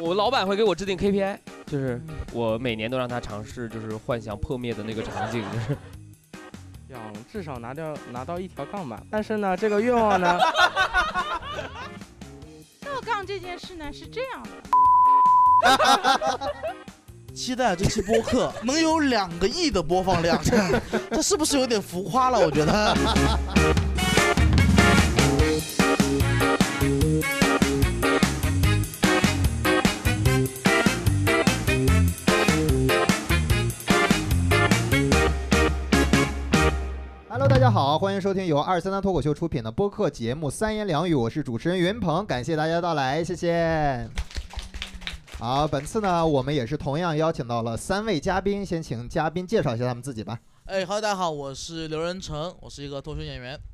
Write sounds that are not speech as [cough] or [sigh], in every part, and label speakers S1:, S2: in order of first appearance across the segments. S1: 我老板会给我制定 KPI，就是我每年都让他尝试，就是幻想破灭的那个场景，就是
S2: 要至少拿掉拿到一条杠吧。但是呢，这个愿望
S3: [laughs]
S2: 呢，
S4: 倒杠这件事呢是这样的，
S5: [laughs] 期待这期播客 [laughs] 能有两个亿的播放 [laughs] 量，这样这是不是有点浮夸了？我觉 [laughs] 得。
S6: Hello，大家好，欢迎收听由二三三脱口秀出品的播客节目《三言两语》，我是主持人云鹏，感谢大家的到来，谢谢。好，本次呢，我们也是同样邀请到了三位嘉宾，先请嘉宾介绍一下他们自己吧。
S5: 哎哈喽，大家好，我是刘仁成，我是一个脱口秀演员。
S1: [laughs]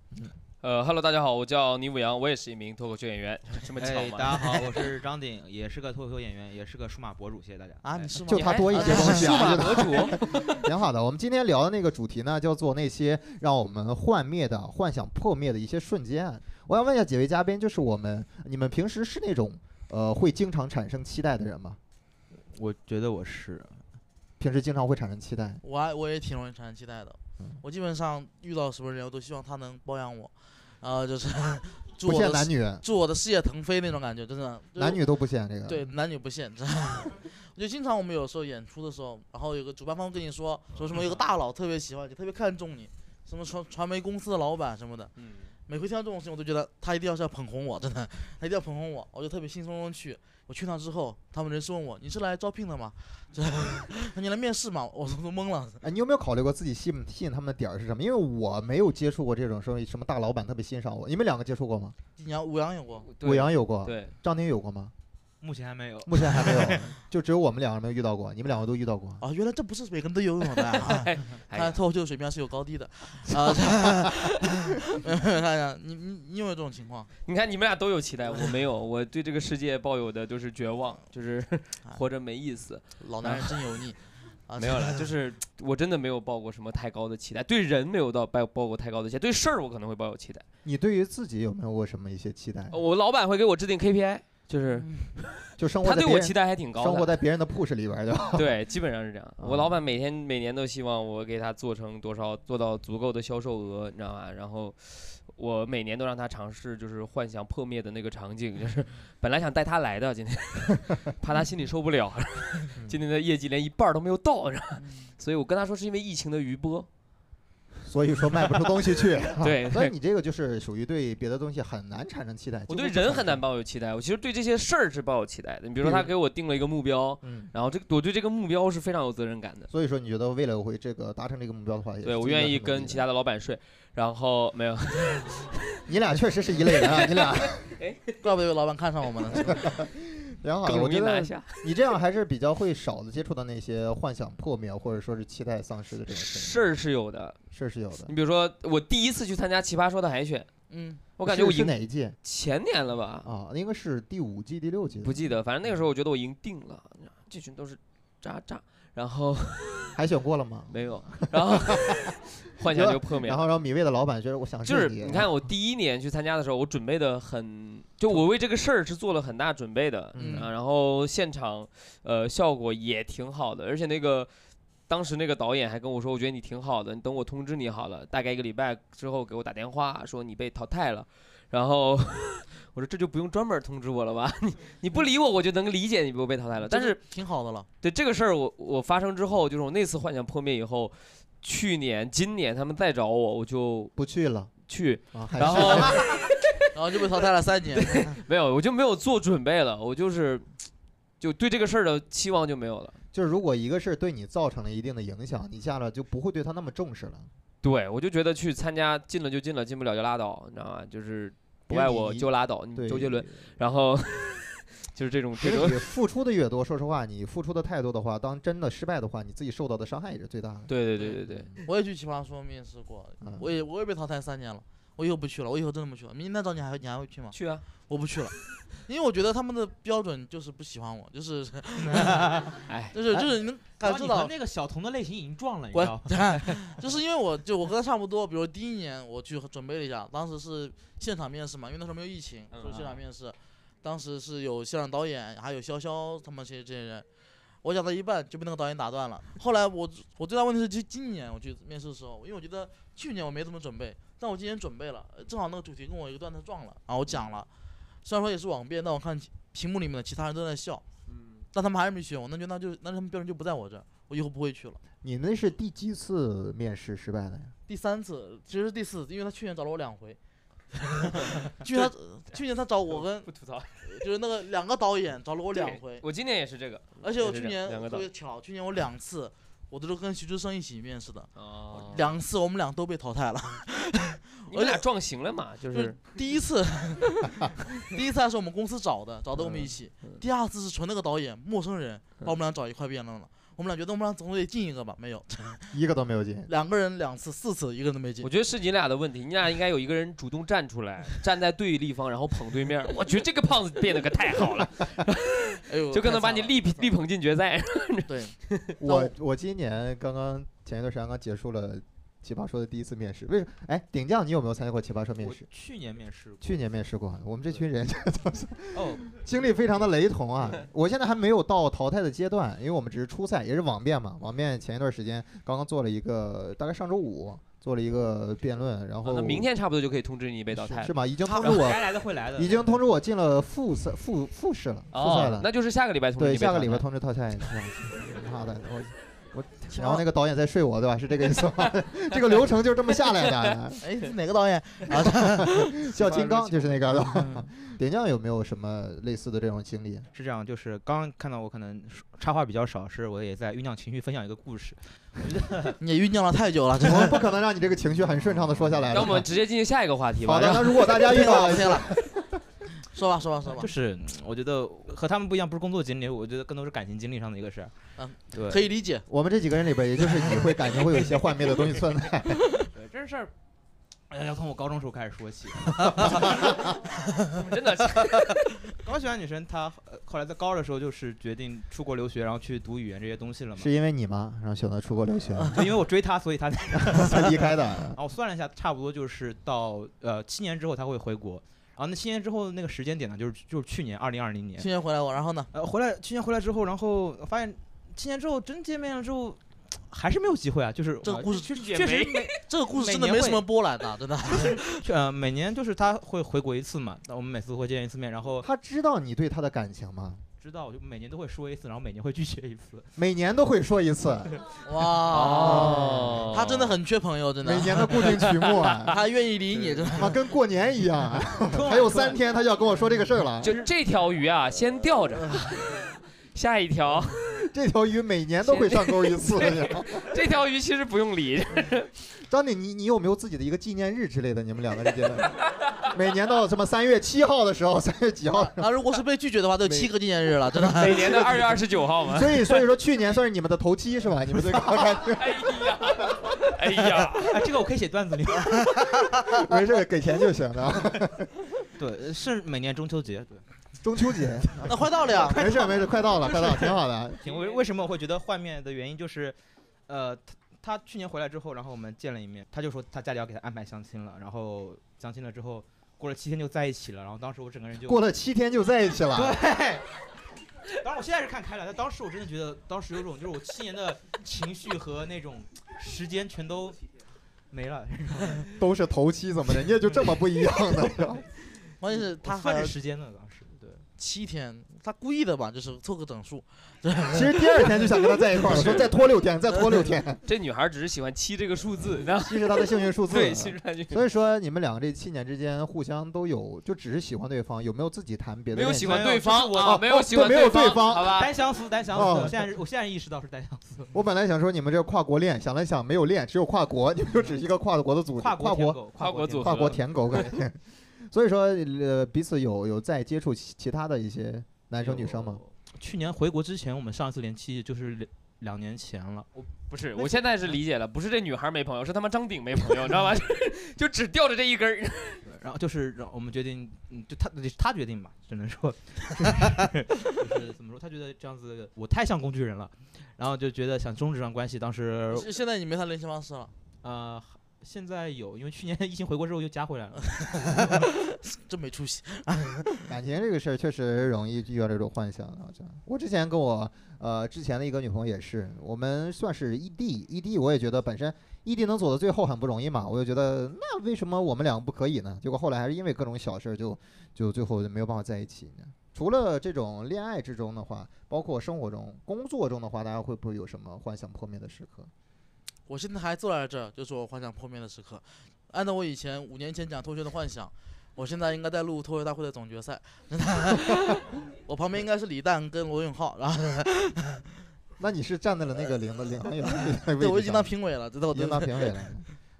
S1: 呃，Hello，大家好，我叫倪武阳，我也是一名脱口秀演 [laughs] 员，这么巧
S3: 哎，
S1: 吗？
S3: 大家好，我是张鼎，也是个脱口秀演员，也是个数码博主，谢谢大家。
S5: 啊，
S3: 哎
S5: 你是吗？
S6: 就他多一
S5: [laughs]
S6: 些东西
S1: 数 [laughs] 码
S6: 啊，
S1: 博主，
S6: 挺好的。我们今天聊的那个主题呢，叫做那些让我们幻灭的、幻想破灭的一些瞬间。我想问一下几位嘉宾，就是我们你们平时是那种呃会经常产生期待的人吗？
S3: 我觉得我是，
S6: 平时经常会产生期待，
S5: 我还我也挺容易产生期待的
S6: 嗯，
S5: 我基本上遇到什么人，我都希望他能包养我，然后就是 [laughs] 祝
S6: 不
S5: 我
S6: 限
S5: 的
S6: 男
S5: 事
S6: 女，
S5: 祝我的事业腾飞那种感觉，真的。就是
S6: 男女都不限这个。
S5: 对，男女不限， [laughs] 真的。我就经常我们有时候演出的时候，然后有个主办方跟你说说什么有个大佬特别喜欢你，特别看重你，什么传传媒公司的老板什么的，
S1: 嗯，
S5: 每回听到这种事情，我都觉得他一定要是要捧红我，真的，他一定要捧红我，我就特别兴冲冲去。我去那之后，他们人事问我你是来招聘的吗？ [laughs] 这你来面试吗？我都都懵了。
S6: 哎，你有没有考虑过自己吸引吸引他们的点儿是什么？因为我没有接触过这种说什么大老板特别欣赏我，你们两个接触过吗？
S5: 你要五羊有过，
S6: 武阳有过，
S1: 对，
S6: 张宁有过吗？
S3: 目前还没有。
S6: 目前还没有，
S3: [laughs]
S6: 就只有我们两个人没有遇到过，你们两个都遇到过。
S5: 啊，原来这不是每个人都拥有的、啊
S1: 哎。
S5: 看来脱口秀的水平还是有高低的。啊， [laughs] 大家，你你你有没有这种情况？
S1: 你看你们俩都有期待，我没有，我对这个世界抱有的都是绝望，
S3: [laughs]
S1: 就是
S5: 啊
S1: 活着没意思。
S5: 老男人真油
S1: [laughs]
S5: 腻。啊，
S1: 没有
S3: [laughs]
S1: 了，就是我真的没有抱过什么太高的期待，对人没有到抱抱过太高的期待，对事儿我可能会抱有期待。
S6: 你对于自己有没有过什么一些期待？
S1: 呃
S3: 嗯
S1: 我老板会给我制定 KPI，就是
S5: 嗯
S6: 就生活
S1: 他
S6: 在
S1: 对
S6: 别
S1: 我
S6: 人
S1: 期待还挺高的
S6: 生。
S1: [laughs]
S6: 活在别人的 push 里边儿，对吧？
S1: 对，基本上是这样。我
S6: 啊
S1: 老板每天每年都希望我给他做成多少，做到足够的销售额，你知道吧？然后我每年都让他尝试，就是幻想破灭的那个场景，
S6: [laughs]
S1: 就是本来想带他来的，今天怕他心里受不了，
S6: 嗯
S1: [laughs] 今天的业绩连一半儿都没有到，然后 [laughs] 所以我跟他说是因为疫情的余波，
S6: 所以说卖不出东
S1: [laughs]
S6: 西去。啊
S1: 对
S6: 所以你这个就是属于对别的东西很难产生期待。
S1: 我
S6: 几
S1: 对
S6: 乎不
S1: 人
S6: 产
S1: 很难
S6: 生。
S1: 抱有期待，我其实对这些事儿是抱有期待的。你比如说
S6: 比
S1: 他
S6: 如
S1: 给我定了一个目标，
S6: 嗯，
S1: 然后这个我对这个目标是非常有责任感的。
S6: 所以说你觉得为了会这个达成这个目标的话，也
S1: 对，
S6: 是
S1: 我
S6: 真
S1: 愿
S6: 的
S1: 意
S6: 很努力
S1: 跟
S6: 的啊
S1: 其他的老板睡，然后没有，
S6: 你俩确实是一类人啊，你俩
S5: [laughs] 怪不得有老板看上我
S1: [laughs]
S5: 们了。
S6: 挺好的。
S1: [laughs] 更
S6: 我
S1: 容
S6: 觉
S1: 易拿
S6: 得
S1: 下。
S6: 你这样还是比较会少的接触到那些幻想破灭或者说是期待丧失的这种事
S1: 事儿是有的。
S6: 事儿是有的
S1: 你。比如说，我第一次去参加《奇葩说》的海选，
S5: 嗯，
S1: 我感觉我
S6: 是是
S1: 赢
S6: 哪一届
S1: 前年了吧，
S6: 啊？应该是第五季、第六季，
S1: 不记得，反正那个时候我觉得我赢定了，这群都是渣渣。然后 [laughs]
S6: 海选过了吗？
S1: 没有，然
S6: [laughs]
S1: 后幻想就破灭
S6: 然
S1: 了。
S6: 后让米未的老板觉得我想
S1: 就是
S6: 你，
S1: 你看，我第一年去参加的时候，我准备的很，就我为这个事儿是做了很大准备的，
S5: 嗯
S1: 啊，然后现场呃效果也挺好的，而且那个当时那个导演还跟我说，我觉得你挺好的，你等我通知你好了，大概一个礼拜之后给我打电话说你被淘汰了，然后 [laughs] 我说这就不用专门通知我了吧， [laughs] 你你不理我我就能理解你不被淘汰了，但
S5: 这
S1: 是
S5: 就挺好的了。
S1: 对这个事儿，我我发生之后，就是我那次幻想破灭以后，去年今年他们再找我，我就
S6: 不去了
S1: 去。
S6: 啊，
S5: 哎
S6: 还是
S1: 然后
S5: [laughs] 然后就被淘汰了三年。
S1: 没有，我就没有做准备了，我就是就对这个事儿的期望就没有了。
S6: [laughs] 就是如果一个事儿对你造成了一定的影响，你下来就不会对他那么重视了。
S1: 对，我就觉得去参加进了就进了，进不了就拉倒，你知道吗？就是不
S6: 因为
S1: 爱我
S6: 你
S1: 就拉倒，嗯
S6: 对，
S1: 你周杰伦，，然后 [laughs] 就是
S6: [laughs]
S1: 这种
S6: 因
S1: 这
S6: 为
S1: 种。
S6: 你付出的越多，说实话，你付出的太多的话，当真的失败的话，你自己受到的伤害也是最大的。
S1: 对对对对对，
S5: [laughs] 我也去奇葩说面试过，
S6: 嗯
S5: 我也我也被淘汰三年了。我以后不去了，我以后真的不去了。明天再找你还你还会去吗？
S1: 去啊！
S5: 我
S1: [laughs]
S5: 不去了，因为我觉得他们的标准就是不喜欢我，就是 [laughs]
S1: [laughs] 哎，
S5: 就是就是你能
S2: 呃
S5: 感受
S3: 哇你和
S5: 到，
S3: 那个小童的类型已经撞了，你知
S5: 滚
S3: 道吗？
S5: [laughs] 就是因为我就我跟他差不多。比如第一年我去准备了一下，当时是现场面试嘛，因为那时候没有疫情，
S1: 嗯
S5: 所以现场面试。当时是有校长导演，还有潇潇他们这这些人。我讲到一半就被那个导演打断了。后来我我最大问题是，就今年我去面试的时候，因为我觉得去年我没怎么准备，但我今年准备了，呃正好那个主题跟我一个段子撞了，然后我讲了。虽然说也是网辩，但我看屏幕里面的其他人都在笑，但他们还是没选我，那就那就那他们标准就不在我这儿，我以后不会去了。
S6: 你那是第几次面试失败的呀？
S5: 第三次，其实是第四次，因为他去年找了我两回。去年他去年他找我跟
S1: 不吐
S6: [laughs]
S1: 槽，
S5: 就是那个两个导演找了我两回，
S1: 我今年也是这个，
S5: 而且我
S1: 也是
S5: 去
S1: 这样
S5: 年
S1: 两个
S5: 特
S1: 导
S5: 别巧，去年我两次我都是跟徐志胜一起面试的，
S1: 哦，
S5: 两次我们俩都被淘汰了。
S1: 你们
S5: 而
S1: 俩
S6: 呃
S5: 且
S1: 撞型了嘛？就
S5: 就是
S1: 是
S5: 第一次， [laughs] 第一次还是我们公司找的，找的我们
S1: 嗯
S5: 一起
S1: 嗯。
S5: 第二次是纯那个导演陌生人
S1: 嗯
S5: 把我们俩找一块辩论了。我们俩觉得我们俩总得进一个吧，没有，
S6: 一个都没有进。
S5: 两个人两次，四次一个人都没
S1: 嗯
S5: 进
S1: 我。觉得是你俩的问题，你俩应该有一个人主动站出来，站在对立方，然后捧对面
S6: [laughs]
S1: 儿。我觉得这个胖子变得可太好了，
S5: 哎呦，
S1: 就可能
S5: 太
S1: 把
S5: 惨
S1: 你
S5: 了
S1: 力
S5: 太惨
S1: 力捧进决赛。
S5: 了对，
S6: 我
S5: 我
S6: 我今年刚刚前一段时间刚结束了奇葩说的第一次面试，为什么？哎，顶将你有没有参加过奇葩说面
S3: 我
S6: 试？
S3: 去年面试过，
S6: 去年面试过，啊我们这群人 [laughs]
S3: 哦，
S6: 经历非常的雷同啊！我现在还没有到淘汰的阶段，因为我们只是初赛，也是网辩嘛。网辩前一段时间刚刚做了一个，大概上周五做了一个辩论，然后
S1: 啊那明天差不多就可以通知你被淘汰
S6: 哦是
S1: 了
S6: 是。吗？已经
S3: 他
S6: 通知我，
S3: 该来的会来的，
S6: 已经通知我进了复赛复复试了，复
S1: 哦
S6: 赛了，。
S1: 那就是下个礼拜通知
S6: 对，
S1: 你被
S6: 下个礼
S1: 淘
S6: 拜
S1: 汰
S6: 通知淘汰。妈的，我
S5: [laughs]
S6: 我，然后那个导演在睡我，对吧？是这个意思吗？这个流程就这么下来的。啊
S5: 哎， [laughs] 是哪个导演？ [laughs]
S6: 叫金刚就是那个，
S3: 嗯
S6: 点将有没有什么类似的这种经历？
S3: [laughs] 是这样，就是刚刚看到我可能说插话比较少，是我也在酝酿情绪，分享一个故事。
S5: 你也酝酿了太久了，这
S6: 我们不可能让你这个情绪很顺畅的说下来的。
S1: 让我们直接进行下一个话题吧。
S6: 好
S3: 啊
S6: 的，
S1: 让 [laughs]
S6: 那如果大
S3: [laughs]
S6: 家遇到
S5: 不听了。 [laughs] 说吧，说吧，说吧
S3: 就，是嗯我觉得和他们不一样，不是工作经历，我觉得更多是感情经历上的一个事儿。
S5: 嗯，
S3: 对，
S5: 可以理解。
S6: 我们这几个人里边，也就是你会感情会有一些幻灭的东西存在。
S3: 对这事儿。哎要从我高中时候开始 [laughs] 说起。
S1: 我们真的是
S3: 高喜欢女生，她呃后来在高二的时候就是决定出国留学，然后去读语言这些东西了嘛。
S6: 是因为你吗？然后选择出国留学
S3: 就因为我追她，所以她才。
S6: 才离开的
S3: [laughs] 然。后我算了一下，差不多就是到呃七年之后她会回国。然后那七年之后的那个时间点呢，就是就是去年二零二零年
S5: 去。年回来我，然后呢？
S3: 呃，回来去年回来之后，然后发现七年之后真见面了之后，还是没有机会啊。就是
S5: 这个
S3: 呃
S5: 故事
S3: 确
S5: 也
S3: 确实没，
S5: 这个故事真的没什么波澜的，
S3: [laughs]
S5: 真的。
S3: 确呃，每年就是他会回国一次嘛，那我们每次会见一次面，然后
S6: 他知道你对他的感情吗？
S3: 知道我就每年都会说一次，然后每年会拒绝一次。
S6: 每年都会说一次，
S5: 哇，
S1: 哦，
S5: [laughs] 他真的很缺朋友，真的
S6: 每。年的固定曲目
S5: [laughs]
S6: 啊，
S5: 他愿意理你，真的。
S6: 啊，跟过年一样啊。还有三天他就要跟我说这个事儿了。
S1: [laughs] 就这条鱼啊，先钓 [laughs] 着，下一条。
S6: 这条鱼每年都会上钩一次。
S1: 这条鱼其实不用理，
S6: [laughs] 张姐，你你有没有自己的一个纪念日之类的？你们两个之间的，每年到什么三月七号的时候，三月几号？
S5: [laughs] 他如果是被拒绝的话，都有七个纪念日了，真
S6: [laughs]
S5: 的。
S1: [laughs] 每年的二月二十九号嘛。
S6: 所以所以说去年算是你们的头七是吧？你们最高干
S1: 哎呀， [laughs] 哎呀，
S3: 哎，这个我可以写段子里。
S6: 没事，给钱就行了。
S3: 对，呃是每年中秋节。对，
S6: 中秋节，
S5: 那快到了
S6: [laughs]
S5: 呀，
S6: 没事没事，快到了，快到了，挺好的。
S3: 挺为为什么我会觉得幻灭的原因就是，呃，他他去年回来之后，然后我们见了一面，他就说他家里要给他安排相亲了，然后相亲了之后，过了七天就在一起了，然后当时我整个人就
S6: 过了七天就在一起了，
S3: 对。当然，我现在是看开了，但当时我真的觉得，当时有种就是我七年的情绪和那种时间全都没了。
S6: 都是头七，怎么人家就这么不一样呢？是吧
S5: 关键是他
S3: 我算
S5: 还
S3: 是时间呢，当时对。
S5: 七天，他故意的吧，就是凑个整数。
S6: 其实第二天就想跟他在一块儿了，说再拖六天，再拖六天，
S1: [laughs] 这女孩只是喜欢七这个数字，然后
S6: 七是他的幸运数字。
S1: 对，其实她就
S6: 所以说你们两个这七年之间互相都有，就只是喜欢对方，有没有自己谈别的
S1: 没
S6: 恋
S1: 有
S6: 情？
S1: 喜欢对方
S3: 没有
S1: 啊，没有喜欢
S6: 对没有对
S1: 方，
S6: 方
S1: 好吧？
S3: 单相思，单相思，
S6: 哦
S3: 我现在是我现在意识到是单相思，
S6: 我本来想说你们这跨国恋，想了想没有恋，只有跨国，你们就只是一个跨国的组织，
S3: 跨国
S6: 跨
S3: 舔
S6: 国
S3: 狗，
S1: 跨国
S3: 国
S1: 组
S3: 组
S6: 跨国舔狗感觉。 [laughs] 所以说，呃，彼此有有在接触其其他的一些男生女生吗？？
S3: 去年回国之前，我们上一次联系就是两两年前了。
S1: 不是，我现在是理解了，不是这女孩没朋友，是他妈张鼎没朋友，你知
S6: [laughs]
S1: 道吗？就只吊着这一根儿。
S3: 对然后就是让我们决定，嗯，就他得是他决定吧，只能说，就是就是怎么说，他觉得这样子我太像工具人了，然后就觉得想终止这段关系。当时
S5: 现在你没他联系方式了，
S3: 呃现在有，因为去年疫情回国之后又加回来 [laughs] 了。
S5: 真没出息。
S6: 感情这个事儿确实容易遇到这种幻想，好像我之前跟我呃之前的一个女朋友也是，我们算是异地，异地我也觉得本身异地能走到最后很不容易嘛，我就觉得那为什么我们两个不可以呢？结果后来还是因为各种小事儿就就最后就没有办法在一起呢。除了这种恋爱之中的话，包括生活中、工作中的话，大家会不会有什么幻想破灭的时刻？
S5: 我现在还坐在这儿，就是我幻想破灭的时刻。按照我以前五年前讲脱学的幻想，我现在应该在录脱学大会的总决赛。 [laughs] 我旁边应该是李诞跟罗永浩，然后
S6: 那你是站在了那个领的领哎航
S5: [laughs]
S6: 员的位置
S5: 对
S6: 上
S5: 我已经当
S6: 吗
S5: 评委了，知道我
S6: 啊已经
S5: 对
S6: 当评委 [laughs] 了。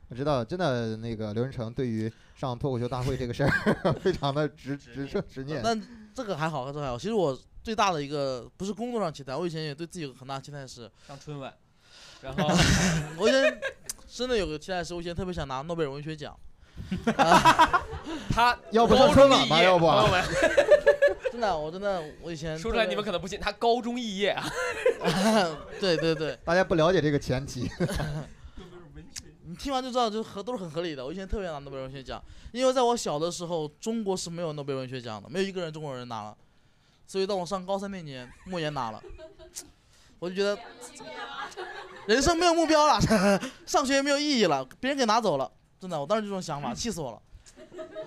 S6: 我知道，真的那个刘仁成对于上脱口秀大会这个事儿 [laughs] 非常的执执着执念。
S5: 但这个还好，这个还好。其实我最大的一个不是工作上期待，我以前也对自己有很大期待是，
S1: 上春晚，然后
S5: 我以前真的有个期待是，我以前特别想拿诺贝尔文学奖。啊
S1: 他
S6: [laughs] 要不上
S1: 高
S6: 春
S1: 中
S6: 晚
S1: 肄
S6: 吧
S1: 业
S6: 要不啊
S1: 朋友们
S5: 真的，我真的，我以前
S1: 说出来
S5: 特别
S1: 你们可能不信，他高中肄业啊，
S5: [laughs] 对对对，
S6: 大家不了解这个前提，
S5: 你听完就知道，就是合都是很合理的。我以前特别拿诺贝尔文学奖，因为在我小的时候，中国是没有诺贝尔文学奖的，没有一个人中国人拿了。所以到我上高三那年，莫言拿了，我就觉得人生没有目标了，上学也没有意义了，别人给拿走了。真的，我当时就这种想
S1: [laughs]
S5: 法，气死我了。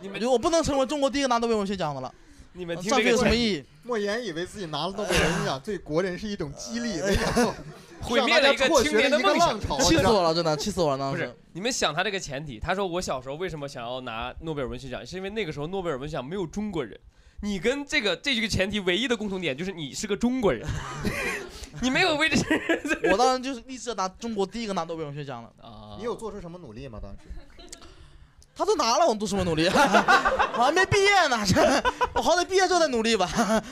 S1: 你
S5: 我
S1: 们
S5: 觉得我不能成为中国第一个拿诺贝尔文学奖的了，
S1: 你们听
S5: 上
S1: 这
S5: 学
S1: 个
S5: 有什么意义？
S6: 莫言以为自己拿了诺贝尔文学奖对国人是一种激励，没想到
S1: 呃 [laughs] 毁灭了一个青年的梦想。[laughs]
S6: 浪潮
S5: 气死我了，真的，气死我了！当
S1: 不
S5: 时
S1: 是，你们想他这个前提，他说我小时候为什么想要拿诺贝尔文学奖，是因为那个时候诺贝尔文学奖没有中国人。你跟这个这几个前提唯一的共同点就是你是个中国
S5: [laughs]
S1: 人，你没有为这些
S5: 我当时就是立志拿中国第一个拿诺贝尔文学奖了。
S1: 啊
S6: 你有做出什么努力吗？当时
S5: 他都拿了，我做什么努力？我还没毕业呢，这我好歹毕业之后再努力吧。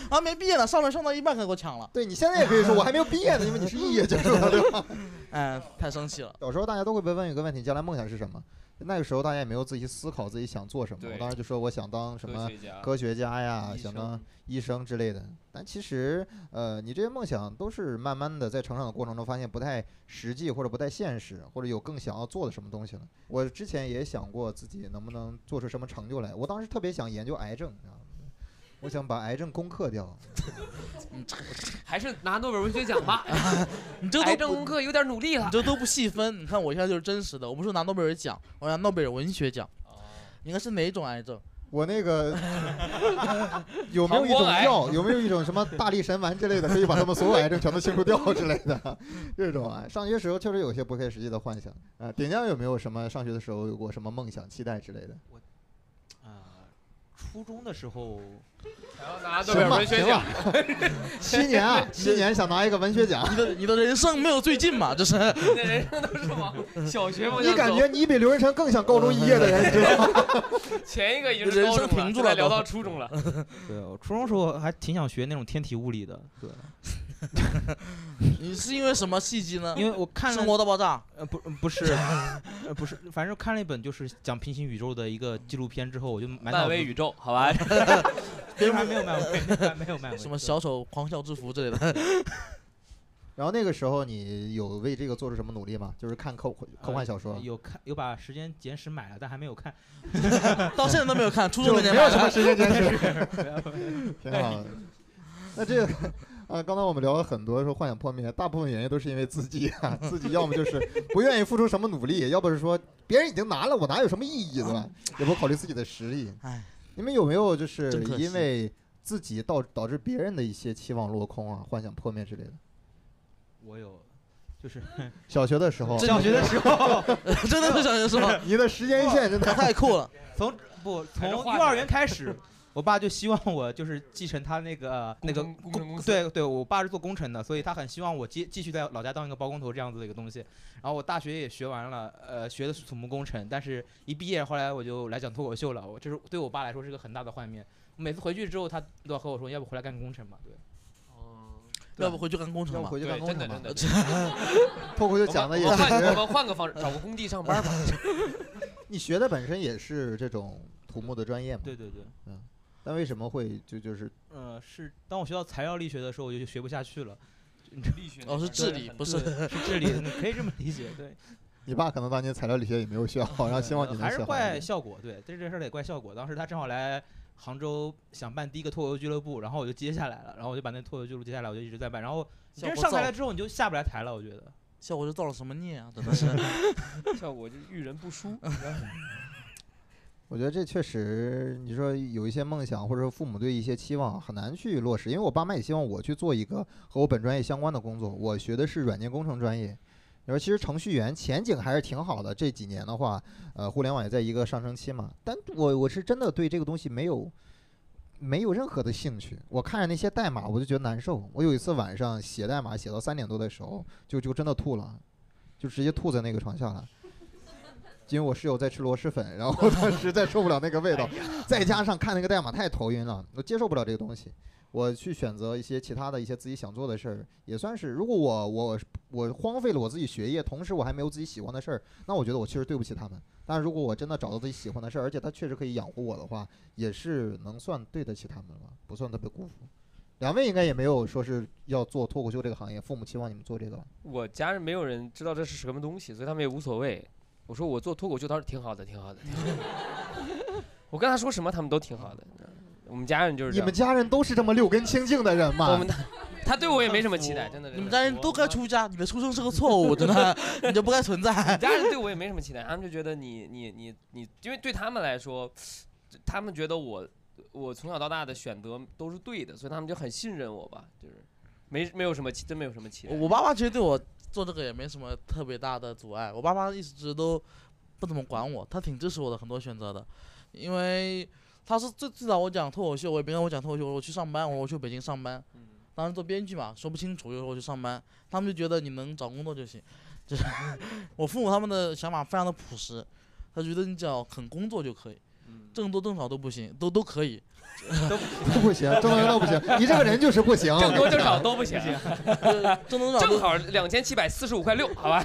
S5: 我还没毕业呢，上来上到一半可给我抢了，
S6: 对你现在也可以说我还没有毕业呢，因为 [laughs] 你是肄业结束了， [laughs] 对吧？
S5: 哎，太生气了。
S6: 有时候大家都会被问一个问题：将来梦想是什么？那个时候大家也没有自己思考自己想做什么，
S1: 对
S6: 我当时就说我想当什么
S1: 科学家
S6: 科学家呀，
S1: 医
S6: 想
S1: 生
S6: 当医生之类的。但其实，呃，你这些梦想都是慢慢的在成长的过程中发现不太实际，或者不太现实，或者有更想要做的什么东西了。我之前也想过自己能不能做出什么成就来，我当时特别想研究癌症，你知道吗？我想把癌症攻克掉。
S7: 还是拿诺贝尔文学奖
S3: [laughs]
S7: 吧。
S5: 你这
S7: 癌
S5: 都
S7: 症
S5: 不
S7: 功课有点努力
S5: 你
S7: 了。
S5: 这都不细分，你看我现在就是真实的，我不是拿诺贝尔奖，我拿诺贝尔文学奖。你应该是哪一种癌症？
S6: 我那个有没有一种
S1: 膀胱癌
S6: 药，有没有一种什么大力神丸之类的， [laughs] 可以把他们所有癌症全都清除掉之类的？ [laughs] 这种啊，上学时候确实有些不切实际的幻想啊。顶江有没有什么上学的时候有过什么梦想、期待之类的？
S3: 啊，初中的时候，
S1: 想要拿诺贝尔文学奖，
S6: 七
S1: [laughs]
S6: 年啊，七年想拿一个文学奖，
S5: 你的你的人生没有最近嘛？这是
S1: 你的人生都是往小学方
S6: 你
S1: 向
S6: 感
S1: 走。
S6: 觉你比刘仁成更像高中
S1: 嗯
S6: 肄业的人，你知道吗？ [laughs]
S1: 前一个已经是
S5: 人
S1: 高
S5: 生
S1: 中了，
S5: 停住
S1: 现在
S5: 了
S1: 聊
S5: 都
S1: 到初中
S5: [laughs]
S1: 了。
S3: 对我初中时候还挺想学那种天体物理的，对，
S5: 你是因为什么契机呢？
S3: 因为我看
S5: 生
S3: 了
S5: 活大爆炸，
S3: 呃不不 [laughs] 是呃不是，反正看了一本就是讲平行宇宙的一个纪录片之后，我就满脑
S1: 漫
S3: 子
S1: 威宇宙，好吧，
S3: 没有没有漫威，没有漫威，
S5: 什么小丑狂笑之符之类的。
S6: 然后那个时候你有为这个做出什么努力吗？就是看科科幻小说
S3: 呃。有看有把《时间简史》买了，但还没有看。
S5: 到现在都没有看，初
S6: 就
S5: 中
S6: 没
S5: 那年
S6: 有
S5: 买
S6: 什
S5: 的
S6: 么时间坚持， [laughs] 挺好的。那这个啊，刚才我们聊了很多说幻想破灭，大部分原因都是因为自己啊，自己要么就是不愿意付出什么努力，要不是说别人已经拿了，我哪有什么意义对吧？也不考虑自己的实力。
S5: 哎，
S6: 你们有没有就是
S5: 真可惜
S6: 因为自己导导致别人的一些期望落空啊、幻想破灭之类的？
S3: 我有，就是
S6: 小学的时候，
S3: 小学的时候，
S5: 真的是小学是吗？
S6: 你的时间线真的
S5: 太酷了！
S3: 从不从
S1: 还是画
S3: 幼儿园开始，我爸就希望我就是继承他那个呃那个
S1: 工程工程公司
S3: 对对，我爸是做工程的，所以他很希望我继继续在老家当一个包工头这样子的一个东西。然后我大学也学完了，呃，学的是土木工程，但是一毕业后来我就来讲脱口秀了。我这是对我爸来说是个很大的幻灭。每次回去之后，他都要和我说，要不回来干工程吧？对，
S5: 要不回去干工
S6: 要
S5: 程
S6: 不
S5: 吧？
S6: 回去
S1: 对，
S6: 干工
S1: 真
S6: 程
S1: 的
S6: 吧
S1: 真。的。
S6: 脱口秀
S1: 我
S6: 讲的
S1: 们
S6: 也
S1: 我
S6: 确
S1: 们换我
S6: 实，
S1: 们换个方式，找个工地上班
S5: [laughs]
S1: 吧。
S6: 你学的本身也是这种土木的专业嘛？
S3: 对对对，
S6: 但为什么会就就是
S3: 呃，是当我学到材料力学的时候，我就学不下去了。
S1: 力学
S5: 哦，是智力，不是
S3: 对是智力，你可以这么理解。对，呃
S6: 你爸可能当年材料理学也没有学好，然后希望你能
S3: 还
S6: 学
S3: 是
S6: 好。
S3: 怪效果，对，这这事儿得怪效果。当时他正好来杭州想办第一个脱口秀俱乐部，然后我就接下来了，然后我就把那脱口秀俱乐部接下来，我就一直在办。然后你
S5: 效
S3: 这
S5: 果
S3: 上台
S5: 造
S3: 来之后，你就下不来台了，我觉得。
S6: [laughs]
S5: 效果是造了什么孽啊？真的是，
S1: 效果就是遇人不
S5: [laughs]
S1: 淑。
S6: 我觉得这确实，你说有一些梦想，或者说父母对一些期望很难去落实，因为我爸妈也希望我去做一个和我本专业相关的工作。我学的是软件工程专业，你说其实程序员前景还是挺好的。这几年的话，呃，互联网也在一个上升期嘛，但我我是真的对这个东西没有没有任何的兴趣。我看着那些代码，我就觉得难受。我有一次晚上写代码写到三点多的时候，就就真的吐了，就直接吐在那个床下了。因为我室友在吃螺蛳粉， [laughs] 然后我当时再受不了那个味道，再加上看那个代码太头晕了，我接受不了这个东西。我去选择一些其他的一些自己想做的事儿，也算是。如果我我我荒废了我自己学业，同时我还没有自己喜欢的事儿，那我觉得我确实对不起他们。但是如果我真的找到自己喜欢的事儿，而且他确实可以养活我的话，也是能算对得起他们了，不算特别辜负。两位应该也没有说是要做脱口秀这个行业，父母期望你们做这个吧？
S1: 我家人没有人知道这是什么东西，所以他们也无所谓。我说我做脱口秀，他说挺好的，挺好的。 [laughs] 挺好的我跟他说什么，他们都挺好的。我们家人就是这
S6: 你
S1: 样
S6: 们家人都是这么六根清净的人吗？
S1: 我们 [laughs] 他对我也没什么期待，真的。
S5: 你们
S1: 真
S5: 家
S1: 的
S5: 人都该出家，你的出生是个错误，真的， [laughs] 你就不该存在。
S1: 家人对我也没什么期待，他们就觉得你你你你，因为对他们来说，他们觉得我我从小到大的选择都是对的，所以他们就很信任我吧，就是没没有什么期，真没有什么期待。
S5: 我爸妈其实对我做这个也没什么特别大的阻碍，我爸妈一直都不怎么管我，他挺支持我的很多选择的，因为他是最最早我讲脱口秀，我也没跟我讲脱口秀，我去上班，我说我去北京上班，
S1: 嗯
S5: 当时做编剧嘛，说不清楚，又说我去上班，他们就觉得你能找工作就行， [laughs] 就是我父母他们的想法非常的朴实，他觉得你只要肯工作就可以，
S1: 嗯
S5: 挣多挣少都不行，都都可以，
S6: [laughs] 不行，中文都不行，你这个人就是不行。
S1: 挣多挣少都不 [laughs] 行，
S5: 就是挣多挣少都
S1: 正好两千七百四十五块六，好吧，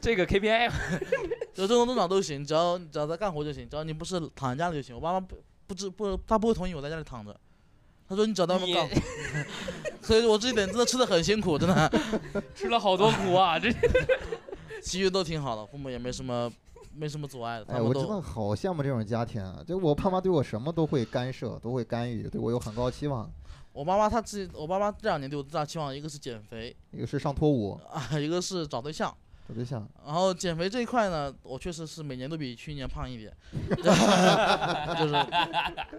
S1: 这个 KPI
S5: 就正宗正常都行，只要只要在干活就行，只要你不是躺家里就行。我爸妈不不知不，他不会同意我在家里躺着。他说你只要在外面
S1: [laughs]
S5: 干活，所以我这一点真的吃的很辛苦，真的。
S1: [laughs]
S5: [laughs]
S1: 吃了好多苦啊，这
S5: 其余都挺好的，父母也没什么没什么阻碍的，他
S6: 哎，我
S5: 们
S6: 真
S5: 都
S6: 的好羡慕这种家庭啊！就我爸妈对我什么都会干涉，都会干预，对我有很高期望。
S5: 我妈妈她自己，我爸妈这两年对我最大期望一个是减肥
S6: 一个是上脱舞，
S5: 啊，一个是找对象。
S6: 找对象，
S5: 然后减肥这一块呢，我确实是每年都比去年胖一点， [laughs] 就是